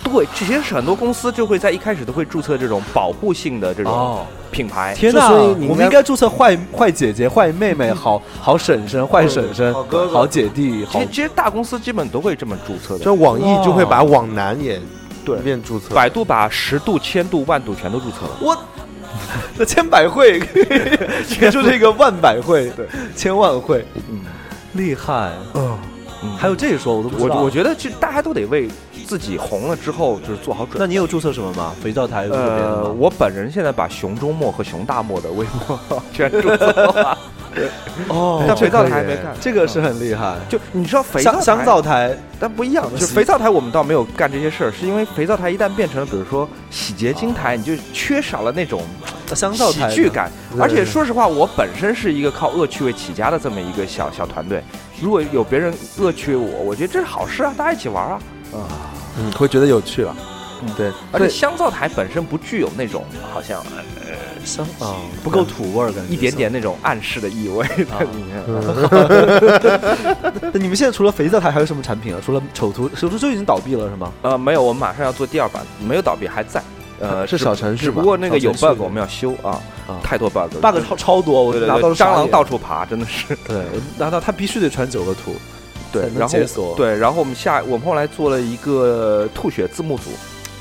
S4: 对，其实很多公司就会在一开始都会注册这种保护性的这种
S3: 哦
S4: 品牌。
S3: 天
S2: 哪
S3: 哪！
S2: 所以你应该
S3: 我们应该注册坏坏姐姐、坏妹妹、好好婶婶、坏婶婶、
S2: 好哥哥
S3: 好姐弟、
S4: 其
S3: 好
S4: 实其实大公司基本都会这么注册的。
S2: 这网易
S3: 哇
S2: 就会把网男也
S4: 对
S2: 一遍注册，
S4: 百度把十度、千度、万度全都注册了。
S3: 我。那千百惠，也就是一个万百惠，对，千万惠，
S4: 嗯
S3: 厉害。
S2: 嗯，
S4: 嗯，
S3: 还有这一说，我都不知
S4: 我
S3: 道。
S4: 我觉得这大家都得为自己红了之后就是做好准备
S3: 那。你有注册什么吗？肥皂台有注册别的
S4: 呃，
S3: 吗？
S4: 我本人现在把熊中墨和熊大墨的微博 全注册了，
S3: 哦
S4: 但肥皂台
S2: 这
S4: 还
S2: 可以
S4: 没看。
S3: 这个是很厉害。
S4: 就你知道肥皂
S3: 香香
S4: 台
S3: 皂，台
S4: 但不一样，就是肥皂台我们倒没有干这些事儿，是因为肥皂台一旦变成了比如说洗洁精台，你就缺少了那种
S3: 香皂
S4: 喜
S3: 台
S4: 剧感。
S2: 对
S4: 而且说实话，我本身是一个靠恶趣味起家的这么一个小小团队，如果有别人恶趣味我，我觉得这是好事啊，大家一起玩啊。
S2: 嗯，会觉得有趣吧？
S4: 嗯
S2: 对，
S4: 而且
S2: 对
S4: 香皂台本身不具有那种好像
S3: 香啊，不够土味儿，感觉
S4: 一点。点那种暗示的意味在里面。
S3: 嗯
S2: 啊
S3: 那你们现在除了肥皂台还有什么产品啊？除了丑图，丑图就已经倒闭了是吗？
S4: 呃，没有，我们马上要做第二版，没有倒闭，还在。呃，
S2: 啊是
S4: 只
S2: 小程序
S4: 只
S2: 吧
S4: 不过那个有
S3: 小程序
S4: bug，我们要修啊
S3: 啊，
S4: 太多 bug 了
S3: bug 超超多，我
S4: 对对
S3: 拿
S4: 对
S3: 到
S4: 蟑螂
S3: 到
S4: 到处爬，真 的是。
S3: 对，我拿到他必须得穿九个图，
S4: 对
S3: 才能
S4: 然后
S3: 解锁
S4: 对，然后我们下，我们后来做了一个吐血字幕组，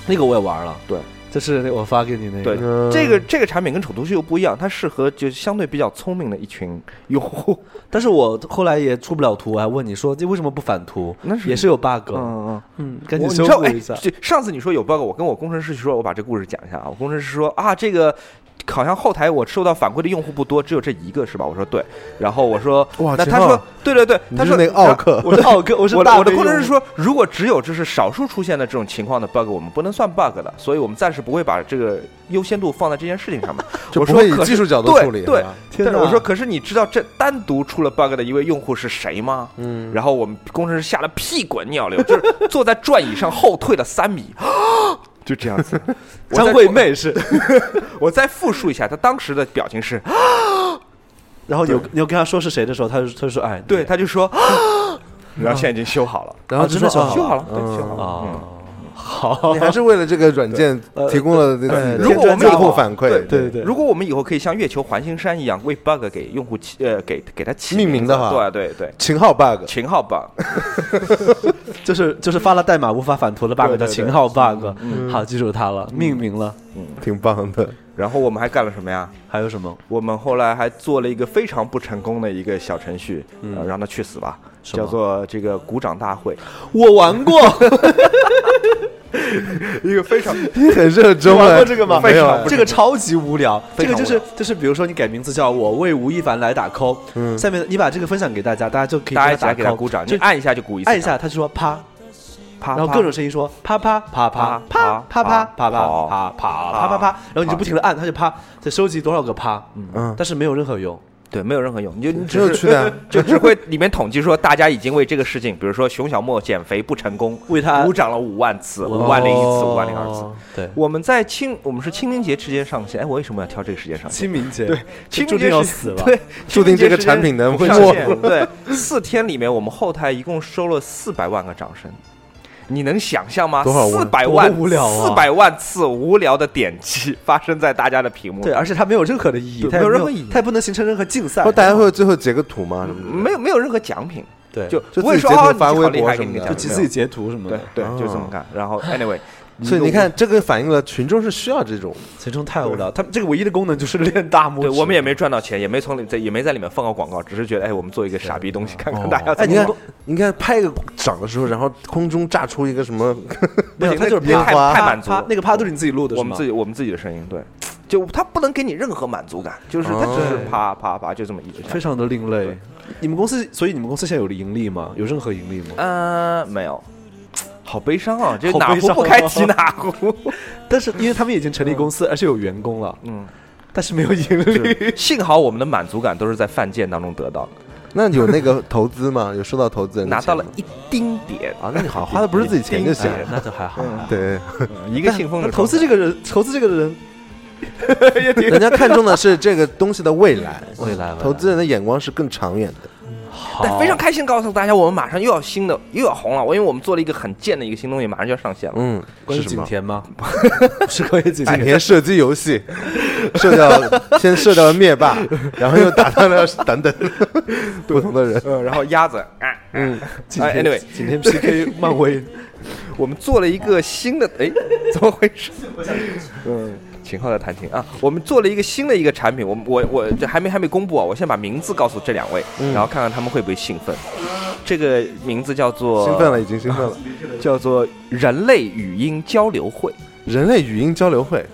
S3: 那个我也玩了。
S4: 对，
S3: 这是那我发给你那
S4: 对
S3: 个。
S2: 嗯
S4: 这个这个产品跟丑图秀又不一样，它适合就相对比较聪明的一群用户。
S3: 但是我后来也出不了图，我还问你说这为什么不反图？
S4: 那是
S3: 也是有 bug，
S4: 嗯
S3: 嗯，
S4: 嗯，
S3: 赶
S4: 我
S3: 紧
S4: 你
S3: 修
S4: 知道
S3: 复
S4: 哎
S3: 一下，。
S4: 这上次你说有 bug，我跟我工程师说，我把这故事讲一下啊。我工程师说啊，这个。好像后台我收到反馈的用户不多，只有这一个是吧？我说对，然后我说
S2: 哇
S4: 那
S2: 秦
S4: 他
S2: 昊
S4: 说对对对，
S2: 你
S4: 他
S2: 是
S4: 说
S2: 那个 奥克
S3: 我是奥哥，我是
S4: 我的
S3: 大
S4: 我的
S3: 内
S4: 工程
S3: 用
S4: 师说，如果只有就是少数出现的这种情况的 bug，我们不能算 bug 的，所以我们暂时不会把这个优先度放在这件事情上面。
S2: 就
S4: 我
S2: 不
S4: 说
S2: 会以
S4: 可
S2: 技
S4: 是
S2: 术角度
S4: 对
S2: 处理，
S4: 对
S2: 是吧
S3: 天
S4: 但是
S3: 哪
S4: 我说，可是你知道这单独出了 bug 的一位用户是谁吗？
S2: 嗯，
S4: 然后我们工程师吓得屁滚尿流，就是坐在转椅上后退了三米，就这样子。我再
S3: 张惠，妹 是，
S4: 我再复述一下，他当时的表情是，
S3: 然后有你有跟他说是谁的时候，他就他就说哎，
S4: 对，他就说，然后现在已经修好了，
S2: 然后
S3: 啊
S2: 就
S3: 真的
S2: 说
S3: 是
S2: 啊
S4: 修好了，对，
S2: 嗯
S4: 修好了。嗯
S3: 啊，好
S2: 你，还是为了这个软件提供了这个
S4: 如果我们
S2: 用户
S4: 有
S2: 反馈，
S3: 对对对，
S4: 如果我们以后可以像月球环形山一样为 bug 给用户起呃给给它起
S2: 命名的话
S4: 对对对，
S2: 秦昊 bug，
S4: 秦昊 bug，
S3: 就是就是发了代码无法反图的 bug
S4: 对对嗯
S3: 叫
S4: 对
S3: 秦昊 bug，好记住它了，命名了。
S2: 挺棒的。
S4: 然后我们还干了什么呀？
S3: 还有什么？
S4: 我们后来还做了一个非常不成功的一个小程序，
S3: 嗯
S4: 呃让它去死吧，
S3: 么
S4: 叫做这个鼓掌大会，
S3: 我玩过，
S4: 一个非常
S2: 你很适合
S3: 你
S2: 中文，
S3: 玩过这个 吗？
S2: 没有啊，
S3: 这个超级无聊。这
S4: 非常
S3: 个
S4: 无聊
S3: 就是就是，比如说你改名字叫我为吴亦凡来打 call，下面你把这个分享给大家，大家就可以
S4: 嗯大家一起
S3: 打
S4: 来给他
S3: call，
S4: 鼓掌，你
S3: 就
S4: 按一下就鼓一次，
S3: 按一下，他就说啪，
S4: 啪，
S3: 然后
S4: 啪
S3: 各种声音说啪啪啪啪
S4: 啪
S3: 啪啪啪啪啪
S4: 跑
S3: 啪啪啪啪啪，然后你就不停的按，他就啪，再收集多少个啪，
S2: 嗯
S3: 但是没有任何用。
S4: 对，没有任何用，你就你
S2: 挺有
S4: 只
S2: 趣
S4: 是
S2: 的啊。
S4: 就只会里面统计说大家已经为这个事情，比如说熊小莫减肥不成功，
S3: 为他
S4: 鼓掌了五万次，五万零一次，
S3: 哦
S4: 五万零二次。
S3: 对，
S4: 我们在清，我们是清明节期间上线。哎，我为什么要挑这个时间上线？
S3: 清明节对，
S4: 清
S3: 注
S4: 明节
S3: 定要
S4: 时
S3: 死了。
S4: 对，
S2: 注定这个
S4: 清明节时间
S2: 产品的会
S4: 上
S2: 没
S4: 线。对，四天里面我们后台一共收了四百万个掌声，你能想象吗？
S2: 多少
S4: 四
S2: 万
S4: 百万，
S3: 多无聊啊
S4: 四百万次无聊的点击发生在大家的屏幕。
S3: 对，，而且它没有任何的意义，
S4: 对
S3: 它也
S4: 没有
S3: 没
S4: 任何
S3: 有
S4: 意义
S3: 它也不能形成任何竞赛
S2: 不，。大家会最后截个图吗？什么
S4: 没有没有任何奖品，
S3: 对，
S4: 就
S2: 就
S4: 不会
S2: 自己
S4: 说
S2: 截图
S4: 啊，你
S2: 发
S4: 好
S2: 微
S4: 厉
S2: 博
S4: 害，
S2: 什
S4: 给
S2: 么
S4: 你个
S2: 的
S4: 奖
S3: 就
S4: 品
S3: 自己截图什么
S4: 对
S2: 啊
S3: 的。
S4: 对，就这么干。然后 anyway，
S2: 所以你看，这个反映了群众是需要这种
S3: 秦城太无聊，他们这个唯一的功能就是练大拇指。
S4: 对我们也没赚到钱，也没从里在也没在里面放过广告，只是觉得哎，我们做一个傻逼东西，看看大家
S2: 哎，
S4: 怎
S2: 你
S4: 么
S2: 看
S4: 弄。，
S2: 你看拍个掌的时候，然后空中炸出一个什么？
S3: 没有，
S4: 不行
S3: 他就是
S4: 那
S3: 啪
S4: 个太
S3: 啪
S4: 太满足
S3: 啪
S4: 了
S3: 那个啪都是你自己录的，
S4: 我们自
S3: 己。
S4: 己我们自己的声音，对，就它不能给你任何满足感，就是它只是
S2: 哦
S4: 啪啪啪就这么一直下
S3: 非。常的另类，你们公司，所以你们公司现在有盈利吗？有任何盈利吗？
S4: 呃，没有，好悲伤啊！这
S3: 好
S4: 哪
S3: 悲
S4: 壶
S3: 伤
S4: 不开
S3: 啊
S4: 提哪 壶。
S3: 但是因为他们已经成立公司，而且有员工了，
S4: 嗯，
S3: 但是没有盈利。
S4: 幸好我们的满足感都是在犯贱当中得 到的，
S2: 那有那个投资吗？有收到投资人的
S4: 拿到
S2: 钱
S4: 了
S2: 吗
S4: 一丁点
S2: 啊？那你好，花的不是自己钱就行。
S3: 哎那就还好。
S2: 对，
S4: 一个信封
S3: 那
S4: 的
S3: 投资这个人，投资这个人，
S2: 人家看中的是这个东西的未来，
S3: 未来未来
S2: 投资人的眼光是更长远的。
S4: 但非常开心告诉大家，我们马上又要新的又要红了，因为我们做了一个很贱的一个新东西，马上就要上线了。
S2: 嗯，
S3: 关于
S2: 是什
S3: 景
S2: 么？
S3: 甜吗？是关于
S2: 景
S3: 景甜。
S2: 甜射击游戏， 射掉先射掉了灭霸，然后又打到了等等不同的人。
S4: 嗯，然后鸭子，哎，
S2: 嗯，
S3: 景甜
S4: anyway
S3: 景甜 PK 漫威，
S4: 我们做了一个新的，哎，怎么回 事？嗯，秦昊在弹琴啊，我们做了一个新的一个产品，我我我这还没还没公布啊，我先把名字告诉这两位，然后看看他们会不会兴奋。这个名字叫做
S2: 兴奋了，已经兴奋了。
S4: 叫做人类语音交流会。
S2: 人类语音交流会，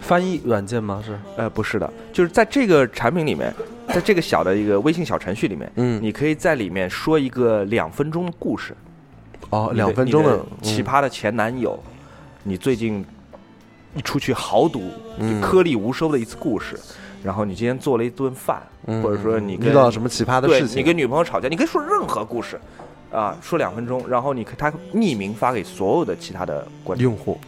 S3: 翻译软件吗？是
S4: 呃，不是的，就是在这个产品里面，在这个小的一个微信小程序里面，
S2: 嗯
S4: 你可以在里面说一个两分钟的故事，
S2: 哦，
S4: 你的
S2: 两分钟
S4: 你
S2: 的嗯
S4: 的奇葩的前男友，你最近一出去豪赌，
S2: 嗯
S4: 就颗粒无收的一次故事，然后你今天做了一顿饭，
S2: 嗯
S4: 或者说你
S2: 遇
S4: 跟
S2: 到了什么奇葩的
S4: 对
S2: 事情？
S4: 你跟女朋友吵架，你可以说任何故事。啊，说两分钟，然后你可他匿名发给所有的其他的观众，
S2: 用户，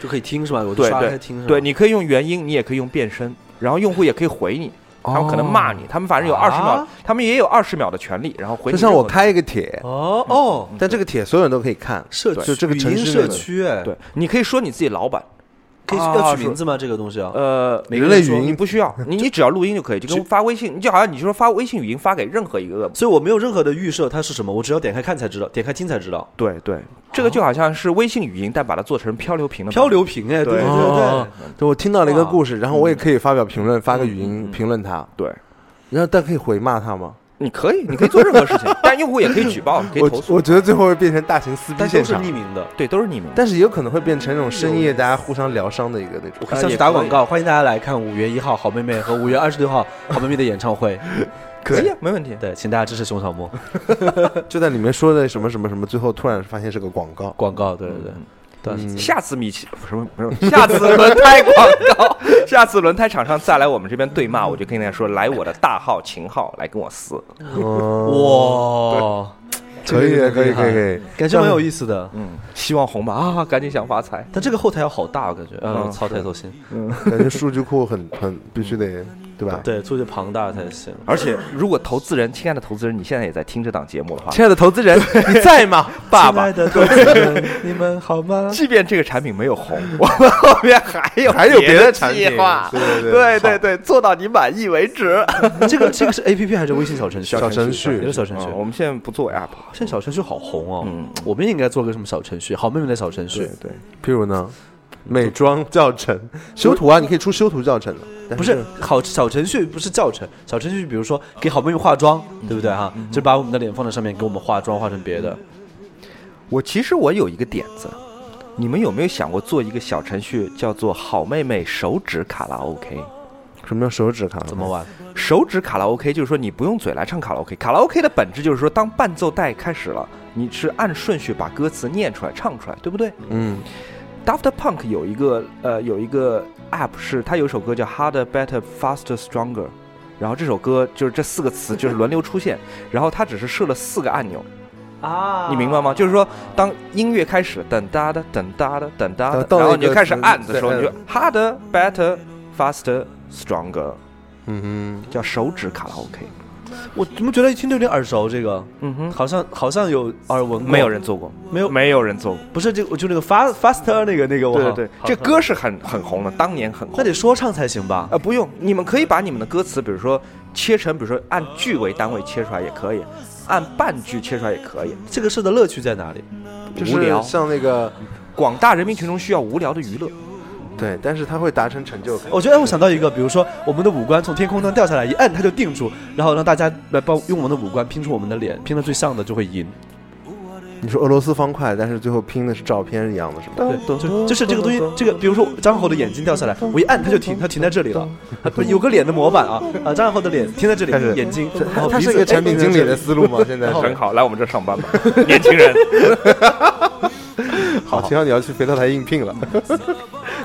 S3: 就可以听是吧？我就
S4: 对
S3: 刷开
S4: 对
S3: 听是吧？
S4: 对，你可以用元音，你也可以用变声，然后用户也可以回你，他们可能
S2: 哦
S4: 骂你，他们反正有二十秒
S3: 啊，
S4: 他们也有二十秒的权利，然后回
S2: 就
S4: 你。
S2: 像我，开一个帖，
S3: 哦哦，
S2: 但这个帖所有人都可以看，
S3: 社
S2: 就这个
S3: 语
S2: 城
S3: 音
S2: 市
S3: 社
S2: 内的
S3: 区哎，
S4: 对，，你可以说你自己老板，
S3: 可以
S4: 啊
S3: 要取
S4: 是
S3: 名字吗？这个东西啊，
S4: 呃，
S3: 每
S2: 人
S3: 个
S2: 类
S3: 人
S2: 语
S3: 说
S4: 你
S2: 音
S4: 不 需要，你你只要录音就可以，就跟发微信，你就好像你说发微信语音发给任何一个，
S3: 所以我没有任何的预设它是什么，我只要点开看才知道，点开听才知道。
S4: 对对，这个就好像是微信语音，但把它做成漂流瓶的版
S3: 漂
S4: 本，
S3: 流瓶哎，对对
S2: 哦
S3: 对，
S2: 对我听到了一个故事，然后我也可以发表评论，发个语音评论他，
S4: 对。
S2: 然后但可以回骂他吗？
S4: 你可以，你可以做任何事情，但用户也可以举报，可以投
S2: 我
S4: 诉，
S2: 我觉得最后会变成大型撕逼
S3: 但
S2: 现
S3: 都是
S2: 场，
S3: 匿名的。
S4: 对，都是匿名。
S2: 但是也有可能会变成那种深夜大家互相疗伤的一个那种。
S3: 上去打广告，欢迎大家来看五月一号好妹妹和五月二十六号好妹妹的演唱会。
S4: 可以啊，没问题。
S3: 对，请大家支持熊小莫
S2: 就在里面说的什么什么什么，最后突然发现是个广告。
S3: 广告。对对对，对，啊
S2: 嗯
S4: 下次米奇什么不是？下次轮胎广告，下次轮胎厂商再来我们这边对骂，我就跟大家说，来我的大号秦昊来跟我撕。
S2: 哇，
S3: 哇，
S2: 可以可以可以，可以，
S3: 感觉蛮有意思的。
S4: 嗯，希望红吧啊，赶紧想发财。
S3: 但这个后台要好大，我感觉，嗯，
S4: 嗯
S3: 操太走心，
S2: 感觉数据库很很必须得对吧？
S3: 对，数据庞大才行。
S4: 而且，如果投资人，亲爱的投资人，你现在也在听这档节目的话，
S2: 亲爱的投资 人，你在吗，爸
S3: 亲
S2: 爸
S3: 爱？的投资人，你们好吗？
S4: 即便这个产品没有红，我们后面还有
S2: 还有别的
S4: 的
S2: 产
S4: 计
S2: 品
S4: 划，
S2: 对对
S4: 对
S2: 对
S4: 对对，做到你满意为止。
S3: 这个这个是 A P P 还是微信小程序？
S2: 小程序
S3: 也是小程序
S4: 嗯。我们现在不做 app，
S3: 现在小程序好红哦，
S4: 嗯
S3: 我们也应该做个什么小程序，好妹妹的小程序。
S4: 对，
S2: 譬如呢，美妆教程、修图啊，你可以出修图教程的，但
S3: 不是好小程序，不是教程，小程序比如说给好妹妹化妆，对不对哈、就把我们的脸放在上面，给我们化妆，化成别的。
S4: 我其实我有一个点子，你们有没有想过做一个小程序，叫做“好妹妹手指卡拉 OK”？
S2: 什么叫手指卡？
S3: 怎么？玩？
S4: 手指卡拉 OK 就是说你不用嘴来唱卡拉 OK，卡拉 OK 的本质就是说，当伴奏带开始了，你是按顺序把歌词念出来、唱出来，对不对
S2: 嗯，
S4: ？Daft Punk 有一个呃有一个 app 是它有首歌叫 Harder, Better, Faster, Stronger，然后这首歌就是这四个词就是轮流出现，然后它只是设了四个按钮，
S3: 啊
S4: 你明白吗？就是说，当音乐开始，噔哒的，噔哒的，噔哒的，
S2: 到
S4: 然后
S2: 一
S4: 你就
S2: 个
S4: 开始
S2: 嗯
S4: 按的时候，
S2: 对
S4: 你就 harder, better, faster, stronger，
S2: 嗯
S4: 叫手指卡拉 OK。
S3: 嗯我怎么觉得一听就有点耳熟？这个
S4: 嗯哼，
S3: 好像好像有耳闻过，
S4: 没有人做过，
S3: 没有
S4: 没有人做过。
S3: 不是这个，我就那个 fast faster 那个那个我
S4: 对
S3: 好
S4: 对对，
S3: 好
S4: 这歌是很很红的，当年很红。
S3: 那得说唱才行吧？
S4: 呃，不用，你们可以把你们的歌词，比如说切成，比如说按句为单位切出来也可以，按半句切出来也可以。
S3: 这个事的乐趣在哪里？
S2: 哼，就是
S4: 无聊
S2: 像那个
S4: 广大人民群众需要无聊的娱乐。
S2: 对，但是它会达成成就感。
S3: 我觉得我想到一个，比如说我们的五官从天空上掉下来，一摁它就定住，然后让大家来帮用我们的五官拼出我们的脸，拼的最像的就会赢。
S2: 你说俄罗斯方块，但是最后拼的是照片一样的，是吧？
S3: 对，就就是这个东西，这个比如说张侯的眼睛掉下来，我一按它就停，它停在这里了，啊不是有个脸的模板啊啊，张侯的脸停在这
S2: 嗯开始
S3: 里，眼睛，然
S2: 他
S3: 后
S2: 他
S3: 鼻
S2: 是
S3: 子哎
S2: 一个产品经理的思路 吗？现在
S3: 哦
S2: 是
S4: 很好，来我们这儿上 班吧，年轻人。
S2: 好，秦昊你要去肥皂台应聘了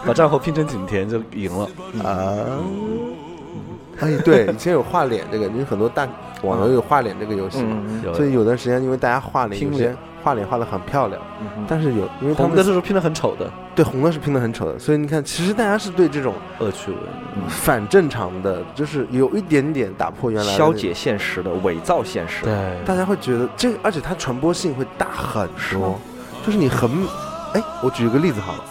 S3: 把张侯拼成景甜就赢了。
S2: 啊！哎，对，以前有画脸这个，因为很多大网游有画脸这个游戏
S4: 嗯
S2: 嘛，
S3: 有
S2: 所以有段时间因为大家画脸，
S3: 拼
S2: 有
S3: 脸
S2: 些画脸画的很漂亮，
S4: 嗯
S2: 但是有因为他
S3: 红的
S2: 们
S3: 时候拼的很丑的
S2: 对红的是拼的很丑的，所以你看，其实大家是对这种
S3: 恶趣味，
S2: 反正常的，就是有一点点打破原来的
S4: 嗯消
S2: 那
S4: 解现实的，伪造现实。
S3: 对，
S2: 大家会觉得这个，而且它传播性会大很多。就是你很，哎，我举一个例子好了，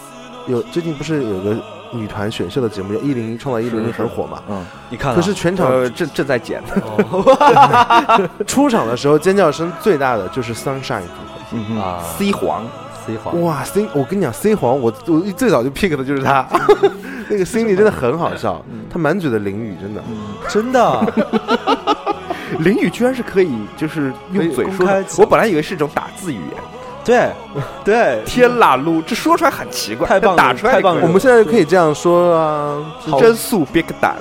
S2: 有最近不是有个女团选秀的节目叫《一零一创造一零一》很火嘛？
S4: 嗯，
S3: 你看啊，
S2: 可是全场
S4: 呃，正正在剪呢。
S2: 出场的时候尖叫声最大的就是 Sunshine 组
S3: 啊
S4: ，C 黄，
S3: C
S2: 合。
S3: 黄，
S2: 哇，C，我跟你讲，C 黄，我我最早就 pick 的就是他，那个 Cindy 真的很好笑，他满嘴的淋雨，真的。
S3: 真的，
S4: 淋雨居然是可以，就是用嘴
S3: 公
S4: 说
S3: 开
S4: 的。
S3: 词
S4: 我本来以为是一种打字语言。
S3: 对对，
S4: 天啦噜，这说出来很奇怪，
S3: 太棒了
S4: 打出来
S3: 太棒了
S2: 我们现在可以这样说啊，
S4: 是真素 Big 胆。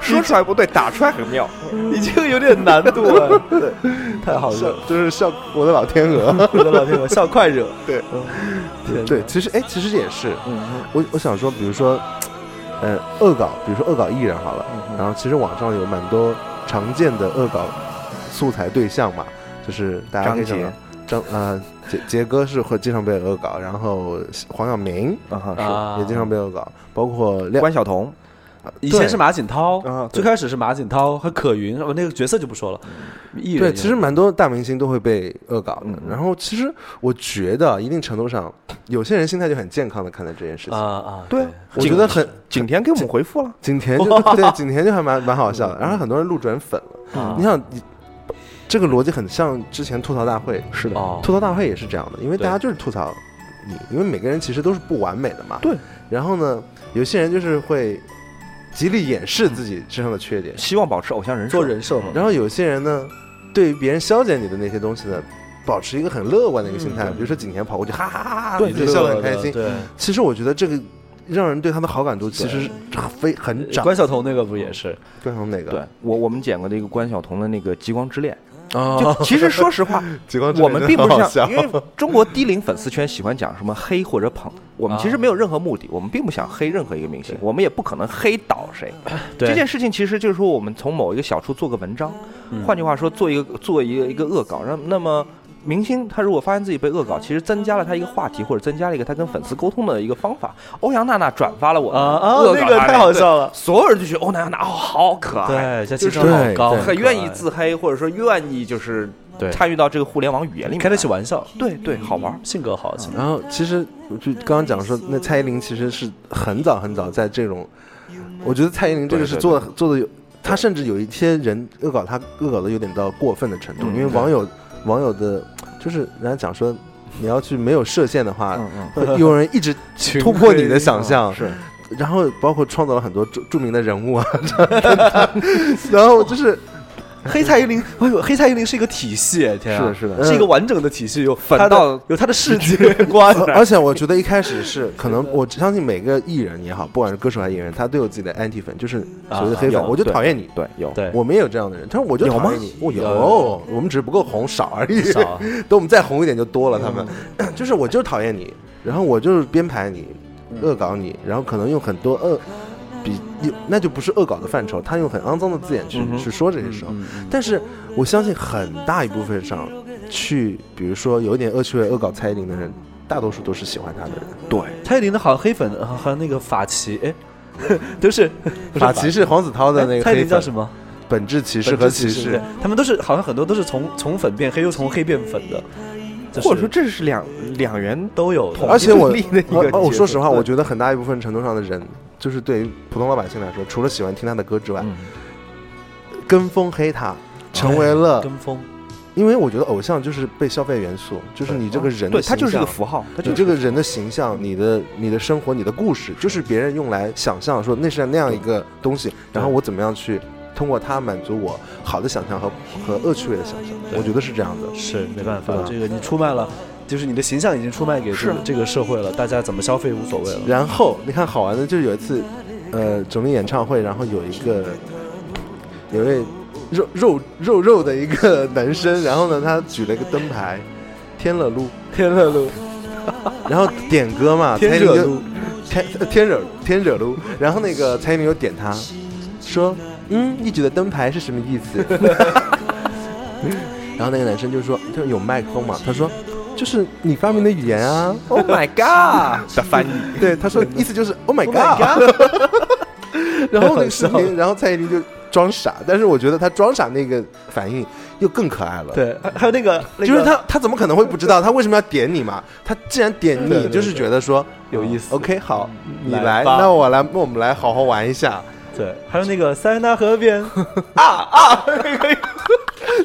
S4: 说出来不对，打出来很妙。
S3: 你这个有点难度啊， 对，太好
S2: 笑
S3: 了，
S2: 就是笑我的老天鹅。
S3: 我的老天，我笑快惹，
S2: 对
S3: 嗯，天哪嗯
S2: 对，，其实哎，其实也是，我我想说，比如说，呃，恶搞，比如说恶搞艺人好了，
S3: 嗯
S2: 然后其实网上有蛮多常见的恶搞素材对象嘛，就是大家可以想到张呃杰杰哥是会经常被恶搞，然后黄晓明
S4: 啊哈，
S3: 啊
S2: 也经常被恶搞，包括
S4: 是
S2: 廖
S4: 关晓彤，
S3: 以前
S2: 对
S3: 是马景涛
S2: 啊对
S3: 最开始是马景涛和可云，哦我那个角色就不说了，艺人
S2: 对，其实蛮多大明星都会被恶搞的
S4: 嗯。
S2: 然后其实我觉得一定程度上，有些人心态就很健康的看待这件事
S3: 啊
S2: 情，
S3: 啊，
S4: 对，
S2: 我觉得很
S4: 景甜给我们回复了。
S2: 景甜就对景甜就还蛮蛮好笑的，然后很多人路转粉了
S3: 啊。
S2: 你想，你这个逻辑很像之前吐槽大会，
S4: 是
S3: 哦，
S2: 吐槽大会也是这样的，因为
S3: 对
S2: 大家就是吐槽你，因为每个人其实都是不完美的嘛。
S4: 对。
S2: 然后呢，有些人就是会极力掩饰自己身上的缺点，
S4: 希望保持偶像人设。
S3: 做人设嘛，
S2: 然后有些人呢，对于别人消减你的那些东西呢，保持一个很乐观的一个心态。
S3: 嗯对
S2: 比如说景甜跑过去，哈哈哈哈，
S3: 对
S2: 自己笑得很开心。
S3: 对，
S2: 其实我觉得这个让人对他的好感度其实非很涨。
S3: 呃关晓彤那个不也是
S2: 关晓彤哪个？
S4: 对我，我们剪过的一个关晓彤的那个《极光之恋》，
S2: 啊
S4: 就其实说实话，
S2: 极光之
S4: 我
S2: 恋
S4: 们并不
S2: 真的
S4: 是
S2: 好
S4: 像，因
S2: 笑
S4: 为中国低龄粉丝圈喜欢讲什么黑或者捧，我们其实没有任何目的，我们并不想黑任何一个明星，我们也不可能黑倒谁。
S3: 对
S4: 这件事情其实就是说，我们从某一个小处做个文章，换句话说，做一个做一个一个恶搞，让那么。明星他如果发现自己被恶搞，其实增加了他一个话题，或者增加了一个他跟粉丝沟通的一个方法。欧阳娜娜转发了我
S3: 啊
S4: 们
S3: 啊
S4: 恶搞
S3: 那个
S4: 她
S3: 太好笑了
S4: 对所有人就觉得欧阳娜娜哦好可爱，
S3: 对，这情商
S2: 对
S3: 好高，
S2: 对
S4: 很愿意自黑，或者说愿意就是
S3: 对
S4: 参与到这个互联网语言里面来，
S3: 开得起玩笑，
S4: 对对，好玩儿。
S3: 性格好，性格
S2: 然后其实就刚刚讲说，那蔡依林其实是很早很早在这种，我觉得蔡依林这个是
S4: 对对
S2: 做的做的有，她甚至有一些人恶搞她恶搞的有点到过分的程度，
S4: 嗯
S2: 因为网友网友的就是人家讲说，你要去没有设限的话，
S4: 嗯，
S2: 会有人一直
S3: 群
S2: 突破你
S3: 黑
S2: 的想象，
S4: 啊是
S2: 然后包括创造了很多著著名的人物啊， 然后就是
S3: 黑蔡依林， 哎呦，黑蔡依林是一个体系，天啊，
S4: 是的
S2: 是的
S3: 是一个完整的体系，有
S4: 反
S3: 它的
S4: 倒
S3: 有他的世界观，
S2: 呃而 而且我觉得一开始是可能，我相信每个艺人也好，不管是歌手还是演员，他都有自己的 anti 粉，就是所谓的黑
S3: 啊
S2: 粉。
S3: 有
S2: 我就讨厌你，
S4: 对有
S3: 对，
S2: 我们也有这样的人，他说我就
S4: 有吗
S2: 讨厌你，我有
S3: 有有，
S2: 我们只是不够红，少而已。
S3: 少啊
S2: 等我们再红一点就多了。他们 就是我就是讨厌你，然后我就是编排你，恶搞你，然后可能用很多恶。比那就不是恶搞的范畴，他用很肮脏的字眼去、
S4: 嗯哼
S2: 去说这些事儿、但是我相信很大一部分上去，比如说有一点恶趣味、恶搞蔡依林的人，大多数都是喜欢她的人。
S4: 对，
S3: 蔡依林的好像黑粉和和那个法旗，哎， 都是不是
S2: 法奇是黄子韬的那
S3: 哎
S2: 个
S3: 蔡依
S2: 黑
S3: 林叫
S2: 粉，
S3: 什么？
S2: 本质歧视
S3: 本
S2: 和歧
S3: 质视，
S2: 视
S3: 对。他们都是好像很多都是从从粉变黑，又从黑变粉的，就是
S4: 或者说这是两两元
S3: 都有的
S4: 统
S2: 而且我
S4: 一对立的一个
S2: 而而我
S4: 角
S2: 说
S4: 色
S2: 实话，
S4: 对
S2: 我觉得很大一部分程度上的人，就是对于普通老百姓来说，除了喜
S4: 嗯哎
S2: 欢听他的歌之外，跟风黑他，成为了
S3: 跟风
S2: 因为我觉得偶像就是被消费元素，就是你这个人的
S4: 对，它
S2: 形
S4: 就是个
S2: 象
S4: 符号， 它就
S2: 你
S4: 是
S2: 这个人的形象、你的、你的生活、你的故事，就是别人用来想象说那是那样一个东西，然后我怎么样去通过它满足我好的想象和和恶趣味的想象，我觉得是这样的。
S3: 是没办法
S2: 对，吧
S3: 这个你出卖了，就是你的形象已经出卖给这个这个社会了，大家怎么消费无所谓了。
S2: 然后你看好玩的，就是有一次，呃，整理演唱会，然后有一个有一位肉肉肉肉的一个男生，然后呢，他举了一个灯牌， 天乐路，
S3: 天乐路，
S2: 然后点歌嘛，
S3: 天
S2: 蔡依林
S3: 热
S2: 就
S3: 路
S2: 天呃天惹天惹路，然后那个蔡依林有点他，说，嗯，你举的灯牌是什么意思？ 然后那个男生就说，就有麦克风嘛，他说，就是你发明的语言啊，
S4: Oh my God 的翻译，
S2: 对，他说意思就是 Oh my God，,
S3: my
S2: 然后那个视频，然后蔡依林就装傻，但是我觉得她装傻那个反应又更可爱了。。
S3: 对，还还有 那个，那个
S2: 就是他，他怎么可能会不知道？他为什么要点你嘛？他既然点
S3: 对
S2: 你，
S3: 对
S2: 就是觉得说哦
S3: 有意思嗯
S2: OK，好，你
S3: 来
S2: 来，
S3: 吧
S2: 那我来，那我们来好好玩一下。
S3: 对，还有那个塞纳河 边，
S2: 啊
S4: 那个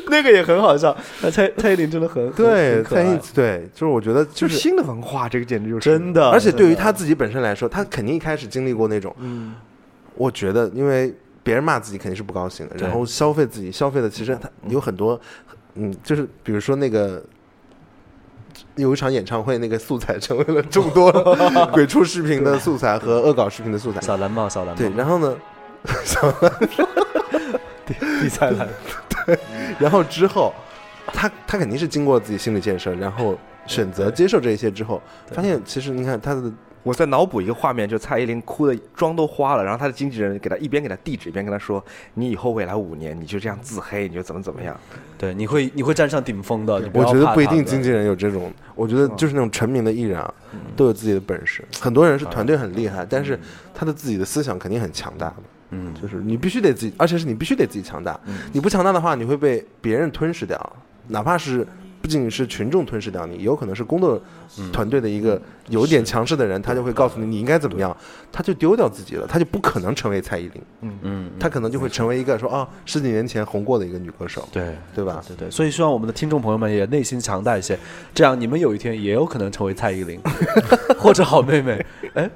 S3: 那个也很好笑。那蔡蔡依林真的很
S2: 对，蔡
S3: 蔡
S2: 依林对，就是我觉得就
S4: 就是
S2: 是，
S4: 新的文化，这个简直就是
S3: 真的，
S2: 而且对于他
S3: 真的
S2: 自己本身来说，他肯定一开始经历过那种，我觉得因为别人骂自己肯定是不高兴的，
S3: 对
S2: 然后消费自己消费的，其实他有很多，嗯，就是比如说那个。有一场演唱会，那个素材成为了众多鬼畜视频的素材和恶搞视频的素材。
S3: 小蓝帽，小蓝帽，
S2: 对， 然后呢，
S3: 第三 蓝，
S2: 然后之后，他他肯定是经过自己心理建设，然后选择接受这一切之后，发现其实你看他的
S4: 我在脑补一个画面，就蔡依林哭的妆都花了，然后她的经纪人给她一边给她地址，一边跟她说：“你以后未来五年，你就这样自黑，你就怎么怎么样。
S3: 对，你会你会站上顶峰的。你
S2: 我
S3: 要
S2: 觉得
S3: 怕
S2: 不一
S3: 他
S2: 定
S3: 对嗯
S2: 经纪人有这种，我觉得就是那种成名的艺人啊，都有自己的本事。很多人
S3: 嗯
S2: 是团队很厉害，但是他的自己的思想肯定很强大的。嗯，就是你必须得自己，而且是你必须得自己强大。
S3: 嗯
S2: 你不强大的话，你会被别人吞噬掉，哪怕是。不仅仅是群众吞噬掉你，也有可能是工作
S3: 嗯
S2: 团队的一个有点强势的人，他就会告诉你你应该怎么样，他就丢掉自己了，他就不可能成为蔡依林，嗯嗯，他可能就会成为一个说啊十几年前红过的一个女歌手，
S3: 对
S2: 对吧？
S3: 对对，所以希望我们的听众朋友们也内心强大一些，这样你们有一天也有可能成为蔡依林 或者好妹妹。哎，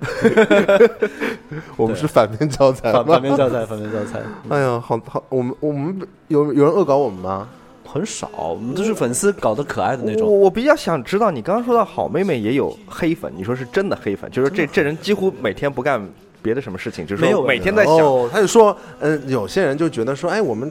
S2: 我们是反面教材吗
S3: 反？反面教材，反面教材
S2: 哎呀，好好，我们我们有有人恶搞我们吗？
S3: 很少，我们都是粉丝搞得可爱的那
S4: 我
S3: 种。
S4: 我比较想知道，你刚刚说到好妹妹也有黑粉，你说是真的黑粉，就是这这人几乎每天不干别的什么事情，就是
S3: 没
S4: 说
S3: 有
S4: 每天在想。
S2: 哦，他就说，嗯、有些人就觉得说，哎，我们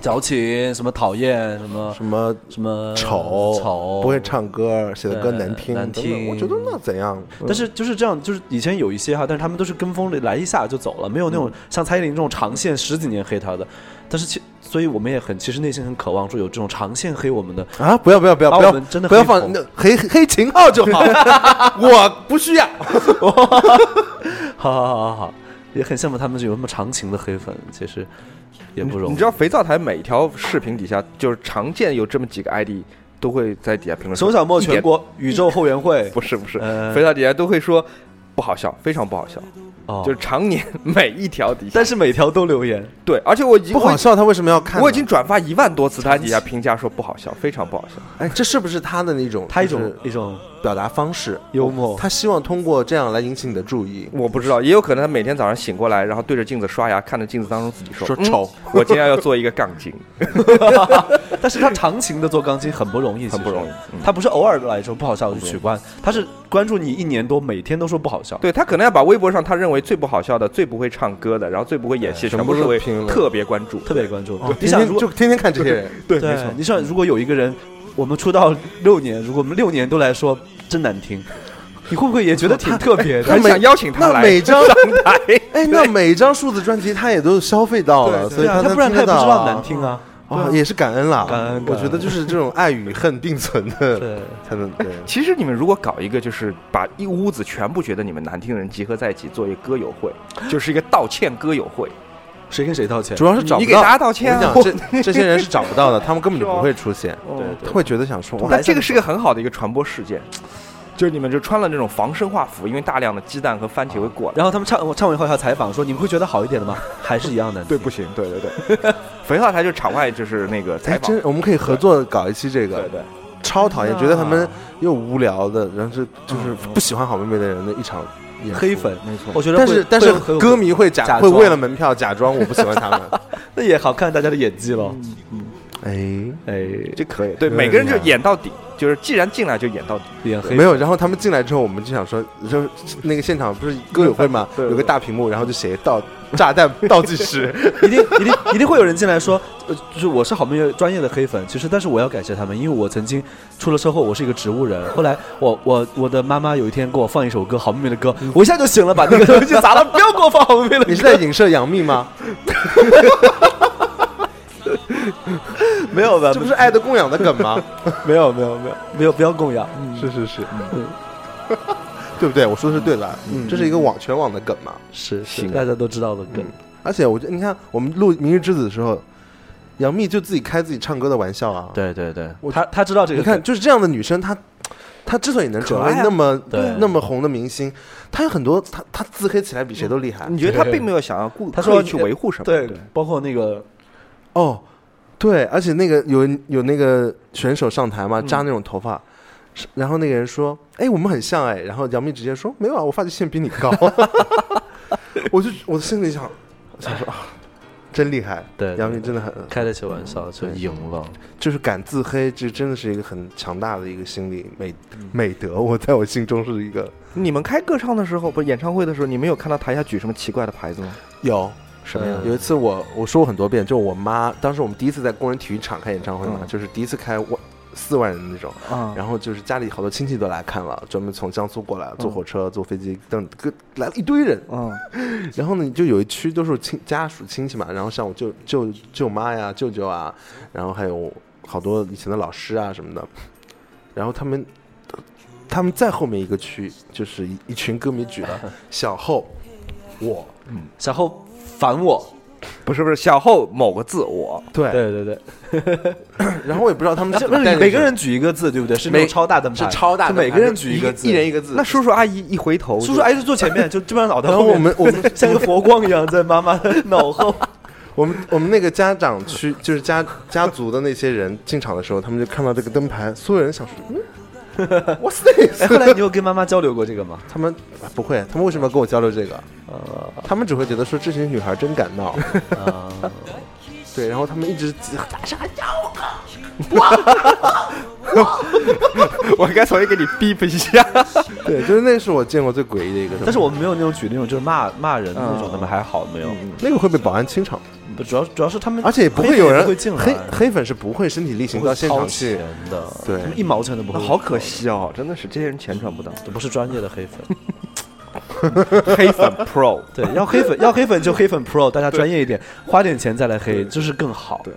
S3: 矫情，什么讨厌，什么
S2: 什么
S3: 什么
S2: 丑
S3: 呃丑，
S2: 不会。唱歌，写的歌
S3: 对
S2: 难听，
S3: 难
S2: 等等
S3: 听
S2: 我觉得那怎样？
S3: 但是就是这样，就是以前有一些哈，但是他们都是跟风的，来一下就走了，没有
S2: 嗯
S3: 那种像蔡依林这种长线十几年黑她的。但是其，所以我们也很，其实内心很渴望说有这种长线黑我们的，
S2: 啊，不要不要不要
S3: 把
S2: 不要
S3: 我们真的
S2: 不要
S3: 黑
S2: 放
S3: 红
S2: 那黑黑秦 昊就
S3: 哦
S2: 好，我不需要。
S3: 好好好好好，也很羡慕他们有那么长情的黑粉，其实也不容易。
S4: 你知道肥皂台每条视频底下，就是常见有这么几个 ID 都会在底下评论说
S3: 熊小莫
S4: 一点
S3: 全国宇宙后援会
S4: 不是不是，
S3: 呃
S4: 肥皂底下都会说不好笑，非常不好笑，
S3: 哦，
S4: 就是常年每一条底下。
S3: 但是每条都留言，
S4: 对，而且我已经
S2: 不好笑，他为什么要看呢？
S4: 我已经转发一万多次，他底下评价说不好笑，非常不好笑。
S2: 哎，这是不是他的那种
S3: 他一
S2: 就
S3: 种
S2: 是
S3: 一种
S2: 表达方式？
S3: 幽默
S2: 他希望通过这样来引起你的注意。
S4: 我不知道，也有可能他每天早上醒过来，然后对着镜子刷牙，看着镜子当中自己说：“
S2: 说
S4: 嗯
S2: 丑
S4: 我今天要做一个杠精。
S3: 但是他长情的做钢呃琴很不容易，嗯
S4: 很
S3: 其实
S4: 不容易
S3: 他不是偶尔来说不好笑我就取关，他是关注你一年多，每天都说不好笑。
S4: 对他可能要把微博上他认为最不好笑的、最不会唱歌的，然后最不会演戏，
S2: 全
S4: 哎全部
S2: 部
S4: 是
S2: 都
S4: 会
S2: 评论
S4: 特别关注。
S3: 特别关注。
S2: 哦天
S3: 你想，如
S2: 天
S3: 果
S2: 就天天看这些人，
S4: 对
S3: 对，你想，如果有一个人，我们出道六年，如果我们六年都来说真难听，你会不会也觉得挺特别
S2: 他
S4: 还
S3: 的？
S2: 每
S4: 想邀请他
S2: 那
S4: 来
S2: 每张
S4: 上 台。
S2: 哎，那每一张数字专辑他也都消费到了，所以
S3: 对啊，
S2: 他
S3: 他
S2: 能
S3: 不然
S2: 听
S3: 他也
S2: 得
S3: 不
S2: 到
S3: 知道
S2: 啊
S3: 难听啊。
S2: 啊，也是感恩啦，
S3: 感恩
S2: 我
S3: 感
S2: 觉得
S3: 恩
S2: 就是这种爱与恨并存的，
S3: 对，
S2: 才能 对。
S4: 其实你们如果搞一个，就是把一屋子全部觉得你们难听的人集合在一起，做一个歌友会，就是一个道歉歌友会。
S3: 谁跟谁道歉？
S2: 主要是找
S4: 你
S2: 不
S4: 给
S2: 到，
S4: 大家道歉啊
S2: 我跟你讲，这这些人是找不 到的，他们根本就不会出现，
S3: 哦对
S2: 他
S3: 对
S2: 会觉得想说，哇
S4: 那这个是个很好的一个传播事件，就是你们就穿了那种防生化服，因为大量的鸡蛋和番茄会过来。
S3: 然后他们唱唱完以后还要采访说，你们会觉得好一点的吗？还是一样难听。
S4: 对，不行，对对对， 肥皂台就场外就是那个采
S2: 哎，
S4: 访
S2: 真，，我们可以合作搞一期这个，
S4: 对对，
S2: 超讨厌，
S3: 天
S2: 觉
S3: 哪
S2: 得他们又无聊的，然后是就是不喜欢好妹妹的人的一场演出
S3: 嗯黑粉，
S4: 没错。
S3: 我觉得会
S2: 但是但是
S3: 会很
S2: 歌迷会假
S3: 假
S2: 会
S3: 装
S2: 为了门票假装我不喜欢他们，
S3: 那也好看大家的演技了。
S2: 哎。
S3: 哎，
S4: 这可以，对，
S2: 对
S4: 每个人就
S2: 对对
S4: 演到底，就是既然进来就演到底。
S3: 脸黑
S2: 没有，然后他们进来之后，我们就想说，就是那个现场不是歌友会嘛，
S4: 对对
S2: 有个大屏幕，然后就写到炸弹倒计时，
S3: 一定一定一定会有人进来说，呃，就是我是好妹妹专业的黑粉，其实但是我要感谢他们，因为我曾经出了车祸，我是一个植物人，后来我我我的妈妈有一天给我放一首歌，好妹妹的歌，我一下就醒了，把那个东西砸了，不要给我放好妹妹的歌。
S2: 嗯你是在影射杨幂吗？
S3: 没有吧
S2: 这？不是《爱的供养》的梗吗？
S3: 没有没有没有没有，不要供养。嗯，
S2: 是是是，对不对？我说的是对的，这是一个网全网的梗嘛。
S3: 是
S2: 啊
S3: 是，
S4: 行
S3: 大家都知道的梗。
S2: 而且我觉得，你看我们录《明日之子》的时候，杨幂就自己开自己唱歌的玩笑啊。，
S3: 对对对
S2: 我，
S3: 他他知道这个
S2: 你
S3: 梗，
S2: 看，就是这样的女生，她她之所以能成
S4: 可
S2: 为
S4: 爱啊
S2: 那么
S3: 对
S2: 那么红的明星，她有很多，她她自黑起来比谁都厉害。
S4: 啊你觉得他呃并没有想要故
S3: 他
S4: 刻
S3: 说
S4: 意去维护什么？
S3: 对，包括那个
S2: 哦，对，而且那个有有那个选手上台
S3: 嗯
S2: 嘛，扎那种头发。是然后那个人说：“哎，我们很像哎。”然后杨幂直接说：“没有啊，我发际线比你高。” 我就我心里想，想说啊，真厉害，
S3: 对对
S2: 杨幂真的很
S3: 开得起玩笑就赢了，
S2: 就是敢自黑，这真的是一个很强大的一个心理美
S3: 嗯
S2: 美德。我在我心中是一个
S4: 你们开歌唱的时候，不是演唱会的时候，你们有看到台下举什么奇怪的牌子吗？
S2: 有嗯
S4: 什么呀？
S2: 有一次我我说过很多遍，就我妈当时我们第一次在工人体育场开演唱会嘛，
S4: 嗯
S2: 就是第一次开万四万人的那种，
S4: 啊，
S2: 然后就是家里好多亲戚都来看了，专门从江苏过来，坐火车、坐飞机，等各来了一堆人。
S4: 嗯，
S2: 然后呢，你就有一区都是亲家属亲戚嘛，然后像我舅舅舅妈呀、舅舅啊，然后还有好多以前的老师啊什么的。然后他们，他们再后面一个区就是一一群歌迷举 了小后，我
S3: 小后烦我。
S4: 不是不是，小后某个字我
S2: 对，
S3: 对对对，
S2: 然后我也不知道他们是
S3: 是
S2: 怎么带进去
S3: 每个人举一个字，对不对？是那
S2: 每
S3: 种超大灯牌，
S2: 是超大
S3: 就
S2: 的
S3: 每
S2: 牌
S3: 个人
S2: 子
S3: 举一个字，
S2: 一人一个字。
S4: 那叔叔阿姨一回头就，
S3: 叔叔阿姨就坐前面，就基本上脑袋
S2: 然后
S3: 后面
S2: 我们我们
S3: 像个佛光一样在妈妈的 脑后。
S2: 我们我们那个家长区，就是家家族的那些人进场的时候，他们就看到这个灯牌，所有人想说，嗯，What's
S3: 哎，
S2: this？
S3: 后来你有跟妈妈交流过这个吗？
S2: 他们不会，他们为什么要跟我交流这个？
S3: 呃，啊
S2: 他们只会觉得说这群女孩真敢 闹， 对，然后他们一直大声
S4: 我该重新给你逼一下。
S2: 对，就是那是我见过最诡异的一个。
S3: 但是我们没有那种举那种就是骂骂人的那
S2: 嗯
S3: 种，他们还好没有。
S2: 那个会被保安清场，
S3: 不主要主要是他们，
S2: 嗯而且也不
S3: 不
S2: 会有人
S3: 会进来，
S2: 黑黑粉是不会身体力行
S3: 不
S2: 到
S3: 会
S2: 现
S3: 掏
S2: 场去
S3: 钱，的，
S2: 对
S3: 他们一毛钱都不会。
S4: 好可，惜哦，真的是这些人钱赚不到。
S3: 不是专业的黑粉。
S4: 黑粉 Pro，
S3: 对，要黑粉要黑粉就黑粉 Pro，大家专业一点，花点钱再来黑，就是更好。
S4: 对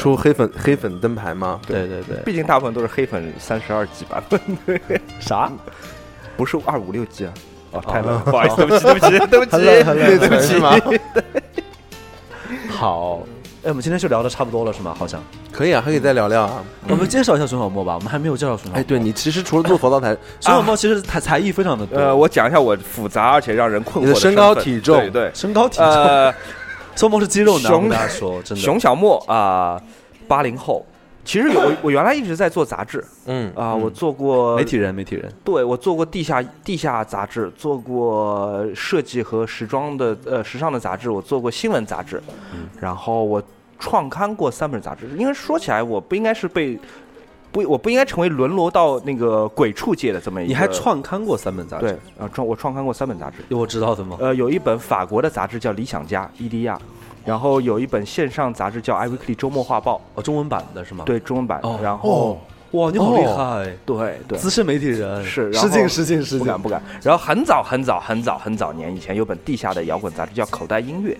S2: 出黑粉黑粉灯牌吗？
S3: 对对对，
S4: 毕竟大部分都是黑粉三十二级版本，
S3: 啥？
S4: 不是二五六级啊。哦，太
S3: 哦
S4: 冷，不好意思，对不起，对不起，对不起，
S2: 那对不起吗？
S3: 好。哎，我们今天就聊的差不多了，是吗？好像
S2: 可以啊，还可以再聊聊啊。
S4: 嗯
S3: 我们介绍一下孙小莫吧，我们还没有介绍孙小
S2: 哎，
S3: 莫。
S2: 对你其实除了做佛道
S4: 哎
S2: 台，
S3: 孙小莫其实才才艺非常的多，
S4: 呃，我讲一下我复杂而且让人困
S2: 你
S4: 惑
S2: 的身
S4: 身
S2: 高
S4: 份
S2: 体重
S4: 对对，
S3: 身高体重，
S4: 呃，
S3: 周梦是肌肉男，
S4: 熊
S3: 我跟大家说，真的。
S4: 熊小莫啊，八、0零后。其实有我，我原来一直在做杂志
S2: 嗯
S4: 啊、我做过
S3: 媒体，人，媒体人，
S4: 对我做过地下地下杂志，做过设计和时装的呃时尚的杂志，我做过新闻杂志，
S3: 嗯
S4: 然后我创刊过三本杂志。因为说起来，我不应该是被不，我不应该成为沦落到那个鬼畜界的这么一个。
S3: 你还创刊过三本杂
S4: 对
S3: 志？
S4: 啊创我创刊过三本杂志，
S3: 有我知道的吗？
S4: 呃，有一本法国的杂志叫《理想家》伊利亚，然后有一本线上杂志叫《I Weekly 周末画报
S3: 哦，中文版的是吗？》，，
S4: 对中文版。
S3: 哦
S4: 然后、
S3: 哇，你好厉害，
S4: 对对，
S3: 资深媒体人，
S4: 是然后
S3: 失敬失敬失
S4: 不
S3: 敬
S4: 敢。不敢。然后很早很早很早很早年以前有本地下的摇滚杂志叫《口袋音乐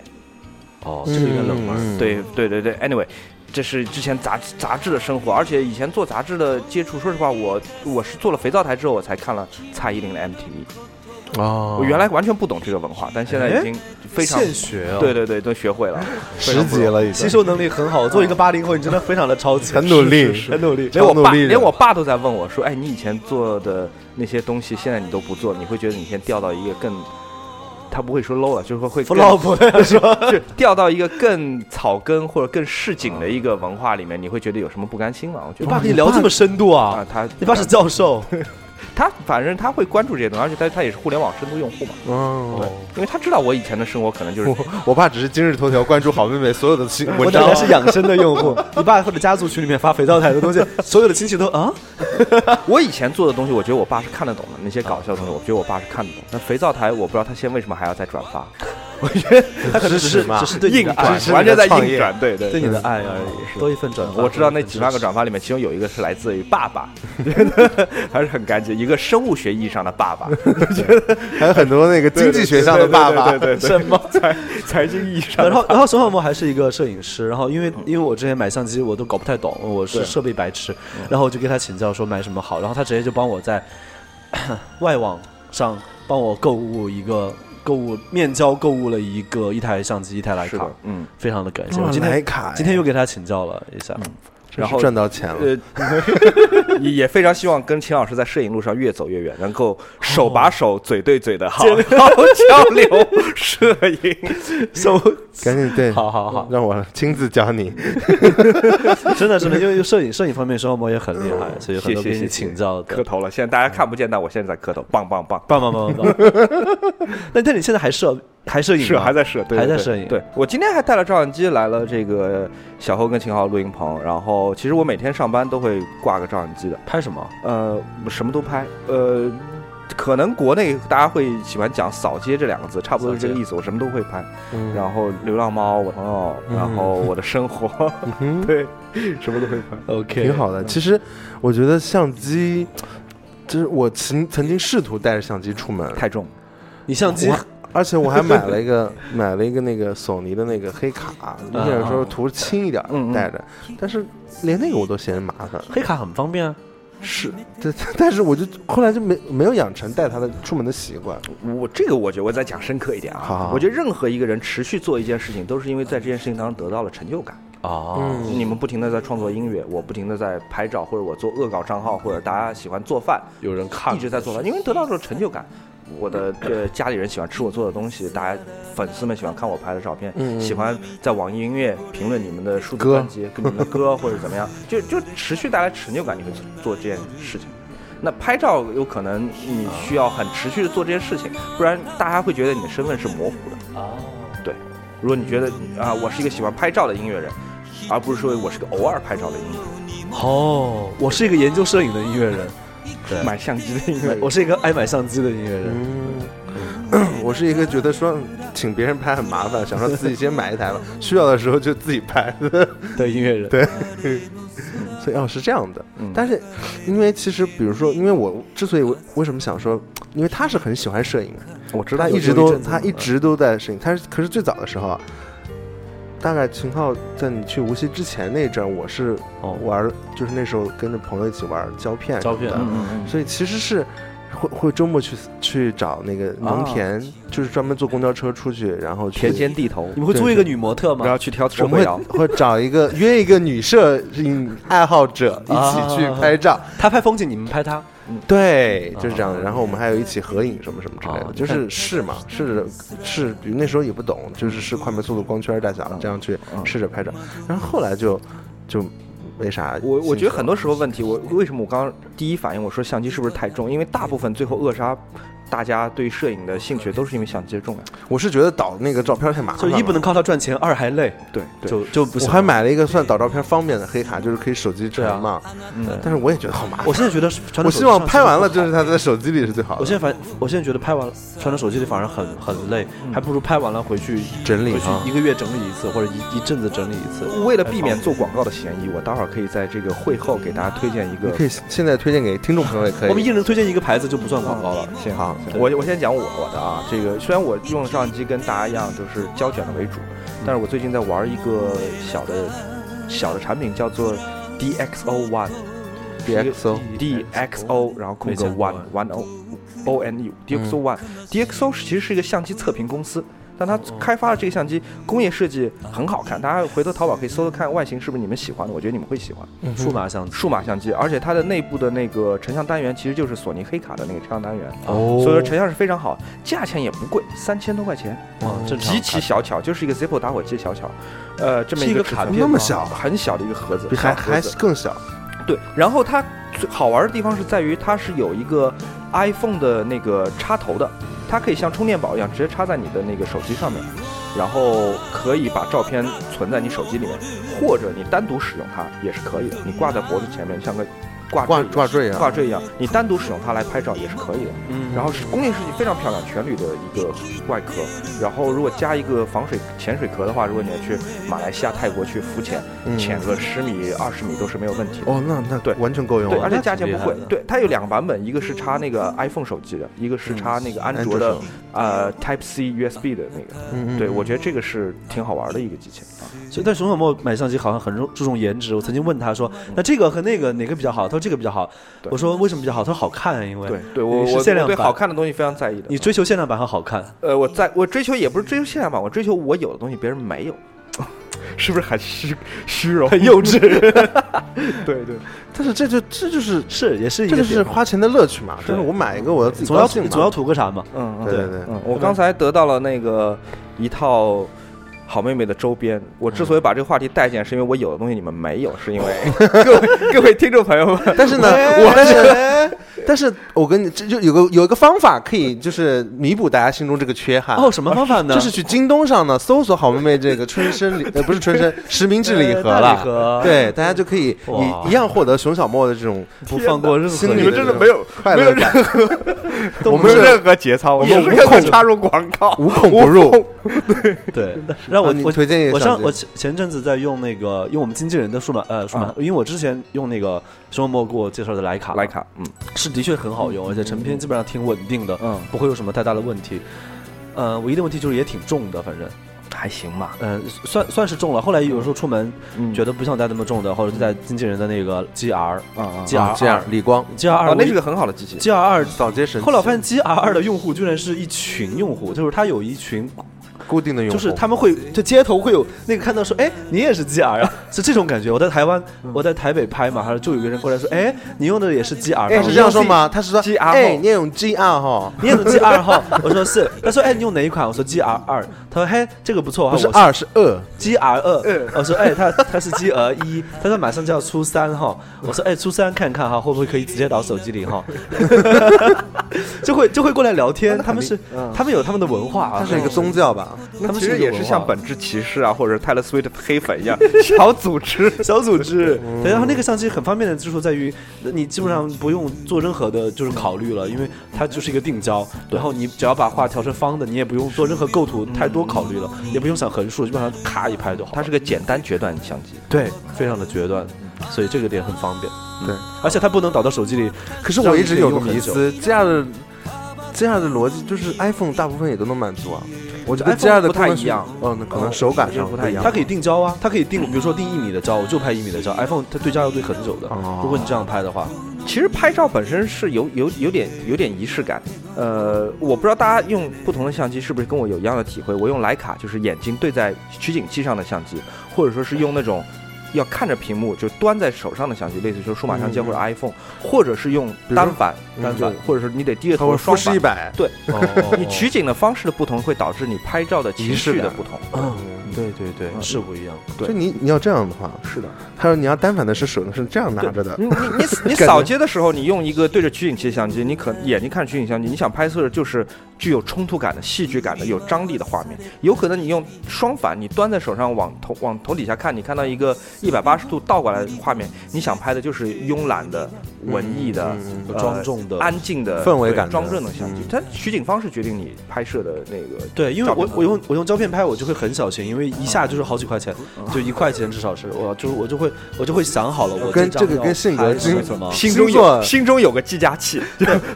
S3: 哦，这个有点冷门。
S2: 嗯》，
S4: 对对对对，anyway。这是之前杂杂志的生活，而且以前做杂志的接触，说实话，我我是做了肥皂台之后，我才看了蔡依林的 MTV，
S2: 哦哎
S4: 嗯我原来完全不懂这个文化，但现在已经非常
S3: 现学
S2: 哦
S3: 啊，
S4: 对，对对，都学哦会了，非
S2: 十
S4: 常不
S2: 级
S4: 容易。
S2: 了已经
S3: 吸，收能力很好。作为一个八零后，你真的非常的超前，
S2: 很努力
S3: 是是是很努力。
S4: 连我
S2: 超努
S4: 爸，
S2: 力的
S4: 连我爸都在问我说：“哎，你以前做的那些东西，现在你都不做，你会觉得你现在掉到一个更……他不会说 low 了，就是说会更
S3: flop 是 吧？
S4: 是掉到一个更草根或者更市井的一个文化里面，你会觉得有什么不甘心吗？我觉
S3: 你
S4: 得
S3: 爸跟你聊这么深度
S4: 啊
S3: 啊，？
S4: 他
S3: 你爸是教授，
S4: 他，反正他会关注这些东西，而且他他也是互联网深度用户嘛，
S2: 哦，
S4: 因为他知道我以前的生活可 能就是
S2: 我爸只是今日头条关注好妹妹所有的新文
S3: 我奶
S2: 章
S3: 奶，是养生的用户。你爸或者家族群里面发肥皂奶的东西，所有的亲戚都啊，
S4: 我以前做的东西，我觉得我爸是看得懂的，那些搞笑的东西，我觉得我爸是看得懂。但肥皂台，我不知道他现在为什么还要再转发，我觉得
S3: 他可能只是
S2: 支持嘛
S3: 只是 对你
S4: 硬
S3: 的
S4: 转
S3: 爱，
S2: 支持
S4: 完全在
S2: 你的创
S4: 硬
S2: 业
S4: 转，对对
S3: 对你
S4: 对。哎
S3: 的爱啊而已，多一份转发。
S4: 我知道那几万个
S3: 转，
S4: 转发里面，其中有一个是来自于爸 爸，还是很干净，一个生物学意义上的爸爸，
S2: 还有很多那个经济学上的爸爸
S4: 对，对对对对
S3: 什么
S4: 财财经意义上的
S3: 然
S4: 爸
S3: 后，
S4: 爸。
S3: 然后沈小莫还是一个摄影师，然后因为
S4: 嗯
S3: 因为我之前买相机我都搞不太懂，我是设备白痴，
S4: 嗯
S3: 然后我就跟他请教说买什么好，然后他直接就帮我在 外网上帮我购物一个购物面交购物了一个一台相机一台徕
S4: 是
S3: 卡
S4: 的，，嗯，
S3: 非常的感谢。
S2: 哇
S3: 我今
S2: 徕
S3: 天
S2: 卡哎
S3: 今天又给他请教了一下，
S2: 真
S4: 然
S2: 是
S4: 后
S2: 赚到钱了。
S4: 呃， 也也非常希望跟秦老师在摄影路上越走越远，能够手把手、嘴对嘴的好好交流摄影。
S3: 手
S2: 赶紧对，
S3: 好好好，
S2: 让我亲自教你。
S3: 真的真的，因为摄影摄影方面沈小莫也很厉害，所以很
S4: 谢
S3: 多
S4: 哦谢
S3: 给
S4: 谢
S3: 你
S4: 谢，
S3: 请教的
S4: 磕。头了。现在大家看不见，但我现在在磕头，棒棒棒。
S3: 棒棒棒棒棒！ 那但你现在还摄还摄影吗
S4: 摄啊还在摄，对
S3: 还在
S4: 对
S3: 摄影
S4: 对我今天还带了照相机来了这个小侯跟秦昊录音棚，然后其实我每天上班都会挂个照相机的，
S3: 拍什么？
S4: 呃，什么都拍，呃，可能国内大家会喜欢讲“扫街”这两个字，差不多是这个意思。我什么都会拍，
S2: 嗯
S4: 然后流浪猫、我朋友，
S2: 嗯
S4: 然后我的生活，
S2: 嗯
S4: 对，什么都会拍。
S3: OK，
S2: 挺。好
S4: 嗯
S2: 的。其实我觉得相机，就是我曾曾经试图带着相机出门，
S4: 太重了，
S3: 你相机
S2: 我而且我还买了一个 买了一个那个索尼的那个黑卡，那个时候图轻一点
S4: 嗯嗯
S2: 带着，但是连那个我都嫌麻烦。
S3: 黑卡很方便啊，
S2: 是，但但是我就后来就没没有养成带它的出门的习惯。
S4: 我这个我觉得我再讲深刻一点啊，
S2: 好好好
S4: 我觉得任何一个人持续做一件事情，都是因为在这件事情当中得到了成就感。
S3: 哦，
S2: 嗯
S4: 你们不停的在创作音乐，我不停的在拍照，或者我做恶搞账号，或者大家喜欢做饭，
S3: 有人看
S4: 一直在做饭，因为得到这种成就感。我的这家里人喜欢吃我做的东西，大家粉丝们喜欢看我拍的照片，
S2: 嗯
S4: 喜欢在网易音乐评论你们的数字
S2: 歌
S4: 专辑、跟你们的歌或者怎么样，就就持续带来成就感，你会做这件事情。那拍照有可能你需要很持续的做这些事情，不然大家会觉得你的身份是模糊的。对，如果你觉得你啊，我是一个喜欢拍照的音乐人，而不是说我是个偶尔拍照的音乐
S3: 哦，我是一个研究摄影的音乐人，
S4: 人，买相机的音乐
S3: 买
S4: 人。
S3: 我是一个爱买相机的音乐人。
S2: 我是一个觉得说嗯请别人拍很麻烦，想说自己先买一台吧，需要的时候就自己拍 的。
S3: 的音乐人，
S2: 对，所以哦是这样的，
S4: 嗯
S2: 但是因为其实比如说，因为我之所以我为什么想说，因为他是很喜欢摄影，
S4: 我知
S2: 他一
S3: 有
S2: 直
S3: 有一
S2: 都
S3: 阵子
S2: 他
S3: 嘛
S2: 一直都在摄影，他是可是最早的时候啊，大概秦昊在你去无锡之前那阵儿，我是
S3: 哦，
S2: 玩儿，就是那时候跟着朋友一起玩儿胶片什
S3: 胶
S2: 么
S3: 片
S2: 的
S3: 嗯
S4: 嗯嗯
S2: 所以其实是会会周末去去找那个农田，就是专门坐公交车出去，然后去
S4: 田间地头
S3: 你，们会租一个女模特
S4: 然
S3: 吗
S4: 后？去挑
S2: 我
S4: 社
S2: 们
S4: 会摇啊
S2: 会。会找一个约一个女摄影爱好者一起去拍照，
S3: 她拍风景，你们拍她。
S2: 对，就是这样
S3: 啊
S2: 的。然后我们还有一起合影什么什么之类
S3: 啊
S2: 的，就是试嘛，试着试，比如那时候也不懂，就是试快门速度、光圈大小这样去试着拍照。然后后来就就没啥兴趣了。
S4: 我我觉得很多时候问题，我为什么我刚刚第一反应我说相机是不是太重？因为大部分最后扼杀大家对摄影的兴趣，都是因为相机的重量。
S2: 我是觉得导那个照片太麻
S3: 就
S2: 烦了，
S3: 一不能靠她赚钱，二还累，
S4: 对对，
S3: 就就不行。
S2: 我还，买了一个算导照片方便的黑卡，就是可以手机传嘛。
S4: 嗯
S2: 但是我也觉得好麻烦。
S3: 我现在觉得传
S2: 啊
S3: 统
S2: 我希望
S3: 手机上
S2: 拍完了，
S3: 是
S2: 就是它在手机里是最好的。
S3: 我现在反，我现在觉得拍完了传到手机里反而很很累，还不如拍完了回去
S2: 整理
S3: 回去
S2: 啊
S3: 一个月整理一次，或者一一阵子整理一次。
S4: 为了避免做广告的嫌疑，我待会儿可以在这个会后给大家推荐一
S2: 你
S4: 个
S2: 可以现在推荐给听众朋友也可以。
S3: 我们一人推荐一个牌子就不算广告了。
S4: 行
S2: 好
S4: 行我我先讲我我的啊，这个虽然我用的照相机跟大家一样都是胶卷的为主，但是我最近在玩一个小的小的产品叫做 DxO One，
S2: DXO
S4: D X O，然后空格
S3: 哎没见啊过
S4: one one O O N U
S3: 嗯
S4: D X O one D X O 其实是一个相机测评公司，但它
S3: 哦
S4: 开发的这个相机工业设计很好看，大家回头淘宝可以搜搜看外形是不是你们喜欢的，我觉得你们会喜欢。
S3: 数码相机
S4: 数码相机，而且它的内部的那个成像单元其实就是索尼黑卡的那个成像单元，
S3: 哦
S4: 所以说成像是非常好，价钱也不贵，三千多块钱，
S3: 哦正常
S4: 极其小巧，就是一个 Zippo 打火机的小巧，呃，这么一
S3: 是一个
S4: 个
S3: 卡
S4: 尺
S2: 片
S4: 寸
S2: 那么小
S4: 很小的一个盒子，
S2: 比还
S4: 小盒
S2: 还
S4: 子
S2: 是更小，
S4: 对，然后它最好玩的地方是在于它是有一个 iPhone 的那个插头的，它可以像充电宝一样直接插在你的那个手机上面，然后可以把照片存在你手机里面，或者你单独使用它也是可以的，你挂在脖子前面像个挂
S2: 挂
S4: 挂
S2: 挂坠啊，
S4: 挂坠一样，你单独使用它来拍照也是可以的。
S3: 嗯
S4: 然后是工业设计非常漂亮，全铝的一个外壳，然后如果加一个防水潜水壳的话，如果你要去马来西亚、泰国去浮潜，
S2: 嗯
S4: 潜个十米、二十米都是没有问题的。
S2: 哦，那那
S4: 对
S2: 完全够用
S4: 对，
S2: 了
S4: 而。且价钱
S3: 哦挺厉
S4: 不
S3: 害
S4: 贵
S3: 的。
S4: 对，它有两个版本，一个是插那个 iPhone 手机的，一个是插那个安卓的
S2: 安卓手
S4: 呃 Type C USB 的那个。
S2: 嗯嗯
S4: 对，
S2: 嗯
S4: 我觉得这个是挺好玩的一个机器啊。
S3: 所以但熊小莫买相机好像很注注重颜值。我曾经问他说，那这个和那个哪个比较好？他说这个比较好。
S4: 对
S3: 我说为什么比较好？他说好看啊，因为
S4: 对，对我
S3: 你
S4: 我
S3: 是
S4: 我
S3: 限量
S4: 对
S3: 版
S4: 好看的东西非常在意的。
S3: 你追求限量版和好看，
S4: 呃，我在我追求也不是追求限量版，我追求我有的东西别人没有， 是不是很虚虚荣？
S3: 很幼稚，
S4: 对对，
S2: 但是这就这就是
S3: 是也是一
S2: 这
S3: 个
S2: 就是
S3: 点。
S2: 花钱的乐趣嘛，就是
S3: 对
S2: 我买一个我要自己
S3: 总要
S2: 高兴
S3: 图
S2: 嘛
S3: 总要图个啥嘛？
S4: 嗯嗯
S2: 对对对，
S4: 嗯，我刚才得到了那个一套好妹妹的周边。我之
S3: 嗯
S4: 所以把这个话题带进来，是因为我有的东西你们没有，是因为
S3: 哦
S4: 各位各位听众朋友们，
S2: 但是呢，
S3: 哎
S2: 我但是但是我跟你这就有个有一个方法可以就是弥补大家心中这个缺憾
S3: 哦，，什么方法呢？
S2: 啊就是去京东上呢搜索好妹妹这个春生礼呃不是春 生实名制礼盒
S3: 呃大礼
S2: 了
S3: 盒，
S2: 对，大家就可以
S3: 哇
S2: 一一样获得熊小莫的这种
S3: 不放过任何
S2: 心
S3: 一
S2: 里
S3: 个
S2: 的这
S3: 人
S2: 种快乐感，我们是
S4: 何节操，我
S2: 们
S4: 不
S2: 无孔
S4: 插入广告。
S2: 无孔不入。
S3: 对，让我
S2: 啊你
S3: 我
S2: 推荐一个
S3: 我
S2: 相
S3: 上
S2: 机
S3: 我前前阵子在用那个用我们经纪人的数码呃数码，
S4: 啊
S3: 因为我之前用那个熊猫给我介绍的徕卡，
S4: 徕卡，嗯
S3: 是的确很好用，而且成片基本上挺稳定的，
S4: 嗯，
S3: 不会有什么太大的问题。呃，唯一的问题就是也挺重的，反正，
S4: 还行吧。
S3: 嗯、算算是重了。后来有时候出门
S4: 嗯
S3: 觉得不想带那么重的，或者是带经纪人的那个 GR
S4: 啊啊，
S3: GR
S2: 啊这样，李光
S3: GR 二、
S4: 哦，那是个很好的机器。
S3: GR 二。
S2: 扫街神器，
S3: 后来我发现 GR 二的用户居然是一群用户，就是他有一群
S2: 固定的用户
S3: 就是他们会就街头会有那个看到说，哎，你也是 GR 啊， 是这种感觉。我在台湾，
S2: 嗯
S3: 我在台北拍嘛，然后就有一个人过来说，哎，你用的也是 GR，
S2: 哎
S3: 吧
S2: 是这样说吗？他是说
S4: GR
S2: 哎
S4: 号
S2: 你也用 G R 哈，
S3: 你也是 GR 号，我说是，他说哎，你用哪一款？我说 GR 二，他说嘿，这个不错啊，
S2: 不是
S3: 我
S2: 二是二，
S3: G R 二，我说哎，他他是 G R 一，他说马上就要初三哈，我说哎，初三看看哈，会不会可以直接导手机里哈， 就会就会过来聊天，他们是他们有他们的文化啊，
S2: 它是一个宗教吧？
S3: 他们
S4: 其
S3: 是
S4: 实
S3: 一个
S4: 也
S3: 文
S4: 是
S3: 化
S4: 像本质骑士啊，或者 Taylor Swift 黑粉 一样，小组织。
S3: 小组织。对，然后那个相机很方便的之处在于，呃你基本上不用做任何的就是考虑了，因为它就是一个定焦，然后你只要把画调成方的，你也不用做任何构图太多考虑了，也不用想横竖，基本上咔一拍就好了。
S4: 嗯它是个简单决断相机。
S3: 对，非常的决断，所以这个点很方便。
S4: 嗯
S2: 对，
S3: 而且它不能导到手机里。
S2: 可是我一直有个迷思，这样的这样的逻辑就是 iPhone 大部分也都能满足啊。我觉得
S4: iPhone
S2: 这样的
S4: 不太
S2: 功能是
S4: 一样，
S2: 嗯，那可能手感上
S4: 不太一样
S3: 它可以定焦啊，它可以定，比如说定一米的焦，我就拍一米的焦。iPhone 它对焦要对很久的
S2: 哦，
S3: 如果你这样拍的话，
S4: 其实拍照本身是有有有点有点仪式感，呃，我不知道大家用不同的相机是不是跟我有一样的体会。我用徕卡就是眼睛对在取景器上的相机，或者说是用那种要看着屏幕就端在手上的相机，类似于说数码相机
S2: 嗯
S4: 或者 iPhone，、或者是用
S2: 如说
S4: 单反
S2: 嗯
S4: 单反
S2: 就，
S4: 或者是你得低着
S2: 它会
S4: 头
S2: 富
S4: 双
S2: 士一
S4: 反。
S2: 百，
S4: 哦 你取景的方式的不同，会导致你拍照的情绪的不同。
S3: 嗯，对对对，
S4: 嗯
S3: 是不一样。
S4: 对
S2: 就你你要这样的话，
S4: 是的，
S2: 还有你要单反的是手是这样拿着的，
S4: 你你你你
S2: 觉
S4: 扫街的时候，你用一个对着取景器的相机，你可眼睛看取景相机，你想拍摄的就是具有冲突感的、戏剧感的、有张力的画面。有可能你用双反，你端在手上往头往头底下看，你看到一个一百八十度倒过来的画面，你想拍的就是慵懒的、文艺的、
S2: 嗯
S4: 呃
S3: 庄重的
S4: 安静的
S2: 氛围
S4: 对
S2: 感的
S4: 庄重的相机。它取景方式决定你拍摄的那个。
S3: 对，因为
S4: 照片
S3: 我
S4: 呢
S3: 我用
S2: 嗯
S3: 我用胶片拍，我就会很小心，因为一下就是好几块钱，
S2: 嗯
S3: 就一块钱至少是，我就是我就会我就会想好了，我
S2: 跟
S3: 这张
S2: 这个
S3: 要
S2: 跟性格
S3: 拍什
S2: 跟
S3: 么什么，
S2: 心中有星座
S4: 心中有个计价器，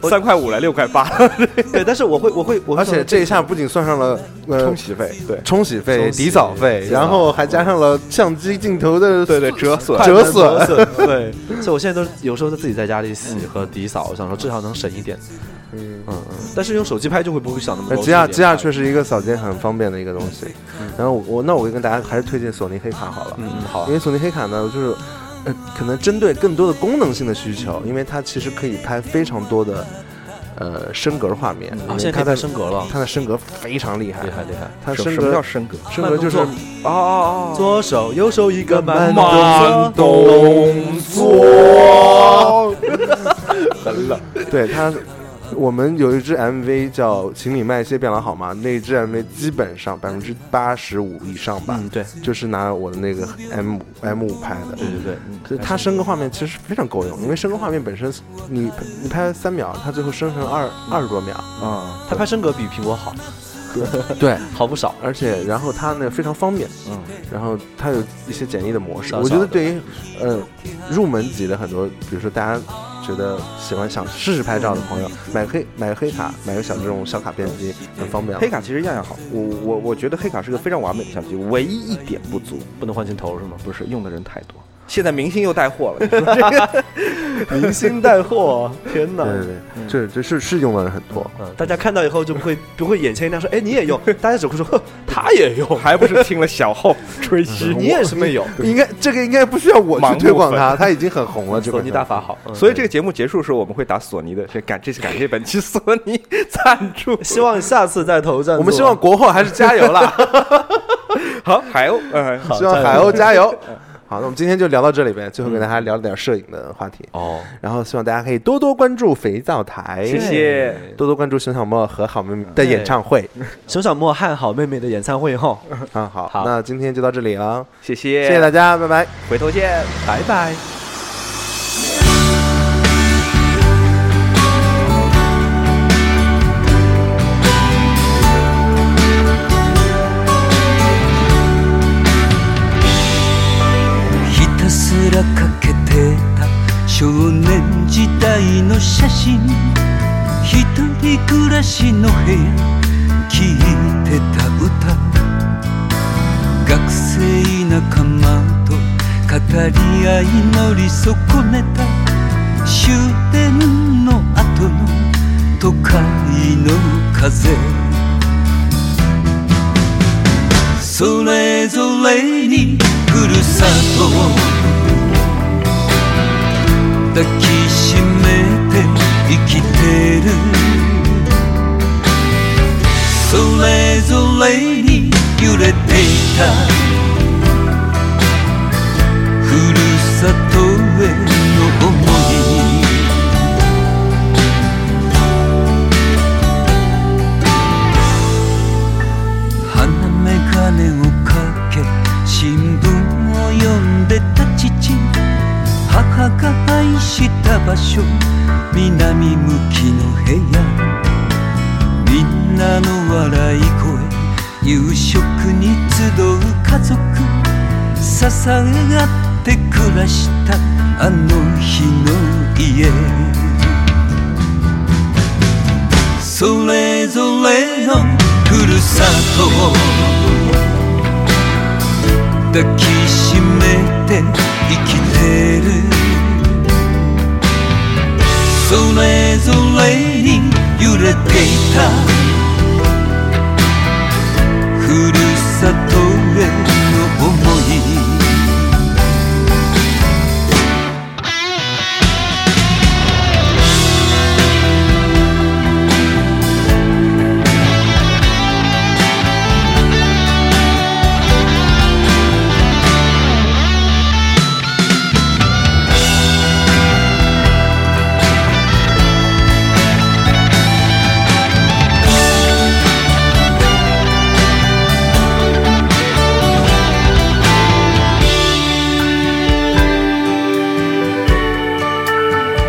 S4: 三块五来六块八。
S3: 对，但是我会我我会，我会
S2: 而且这一下不仅算上了呃
S4: 冲洗费，对
S2: 冲洗费、
S3: 冲洗
S2: 底扫费，
S3: 洗
S2: 然
S3: 澡
S2: 后还加上了相机镜头的
S4: 对对，折损
S3: 快
S2: 折
S3: 门
S2: 损嗯
S3: 折 损，对，所以我现在都是有时候自己在家里洗和底扫，我想说至少能省一点。嗯嗯，但是用手机拍就会不会想那么
S2: 那
S3: 多。
S2: 哎吉亚吉亚确实一个扫街很方便的一个东西。然后我那我就跟大家还是推荐索尼黑卡好了，
S3: 嗯嗯嗯好啊
S2: 因为索尼黑卡呢就是。呃，可能针对更多的功能性的需求，因为它其实可以拍非常多的，呃，升格画面。因为
S3: 嗯啊现在可
S2: 它
S3: 以拍
S2: 的
S3: 升格了
S2: 它的升格非常厉害，
S3: 厉害厉害。
S2: 它
S4: 什
S2: 升
S4: 什么
S2: 格
S4: 叫升格？
S2: 升格就是
S3: 慢动
S4: 哦哦哦，
S3: 左手右手一个慢动
S2: 慢
S3: 作，
S2: 动作，很冷。 对他，我们有一支 MV 叫《请你慢些变老好吗》，那支 MV 基本上百分之八十五以上吧，
S3: 嗯对
S2: 就是拿我的那个 M M 五拍的。
S3: 对对对，
S2: 所以它升格画面其实非常够用，因为升格画面本身，你你拍三秒，它最后升成二二十多秒，
S4: 啊，
S3: 他拍升格比苹果好，
S2: 对，
S3: 好不少。
S2: 而且然后它呢非常方便，
S4: 嗯，
S2: 然后它有一些简易的模式，
S3: 小小
S2: 我
S3: 的
S2: 觉得对于呃入门级的很多，比如说大家觉得喜欢想试试拍照的朋友，买黑买个黑卡，买个小这种小卡片机很方便。
S4: 黑卡其实样样好，我我我觉得黑卡是个非常完美的相机，唯一一点不足
S3: 不能换镜头是吗？
S4: 不是用的人太多。现在明星又带货了，你说
S3: 明星带货，天哪
S2: 对！对对，这这是是用的人很多。
S3: 嗯，大家看到以后就不会不会眼前一亮，说哎你也用，大家只会说呵他也用，
S4: 还不是听了小后吹嘘
S3: 嗯你也是没有。
S2: 应该这个应该不需要我
S4: 盲
S2: 去
S4: 目
S2: 推广
S4: 粉
S2: 它，它已经很红了。这
S3: 索
S2: 个
S3: 尼大法好，嗯
S4: 所以这个节目结束的时候，我们会打索尼的，这感这是感谢本期索尼 赞助。
S3: 希望下次再投赞助
S2: 我
S3: 啊。
S2: 们希望国货还是加油 啦，
S4: 好，海鸥，嗯，
S3: 好
S2: 希望
S3: 加油嗯
S2: 海鸥加油。好，那我们今天就聊到这里呗，最后给大家聊了点摄影的话题。
S3: 哦，
S2: 然后希望大家可以多多关注肥皂台，
S4: 谢谢。
S2: 多多关注熊小莫和好妹妹的演唱 会。
S3: 熊小莫和好妹妹的演唱会后，
S2: 啊，好，
S3: 好
S2: 那今天就到这里了，
S4: 谢谢，
S2: 谢谢大家，拜拜。
S4: 回头见。
S3: 拜拜。
S1: ひたすらかけてた少年時代の写真一人暮らしの部屋聴いてた歌学生仲間と語り合い乗り損ねた終電の後の都会の風それぞれにふるさとを抱きしめて生きてるそれぞれに揺れていたふるさとへの思い花眼鏡をかけ新聞を読んでた父母が愛した場所南向きの部屋みんなの笑い声夕食に集う家族支え合って暮らしたあの日の家それぞれのふるさとを抱きしめて生きてるそれぞれに揺れていたふるさとへの思い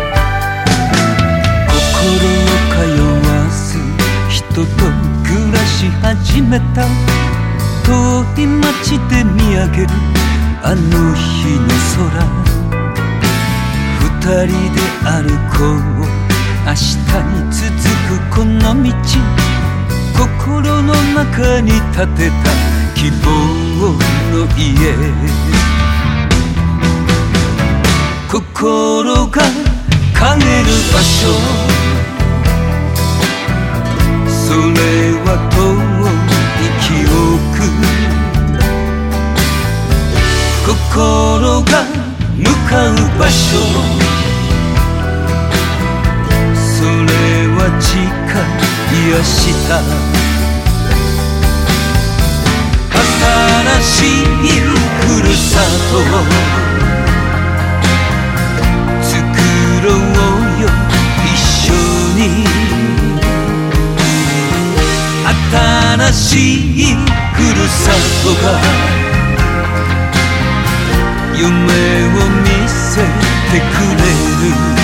S1: 心を通わす人と暮らし始めた遠い街で見上げるあの日の空二人で歩こう明日に続くこの道心の中に建てた希望の家心が陰る場所それは遠い記憶心が向かう場所それは誓いやした新しいふるさとを作ろうよ一緒に新しいふるさとが夢を見せてくれる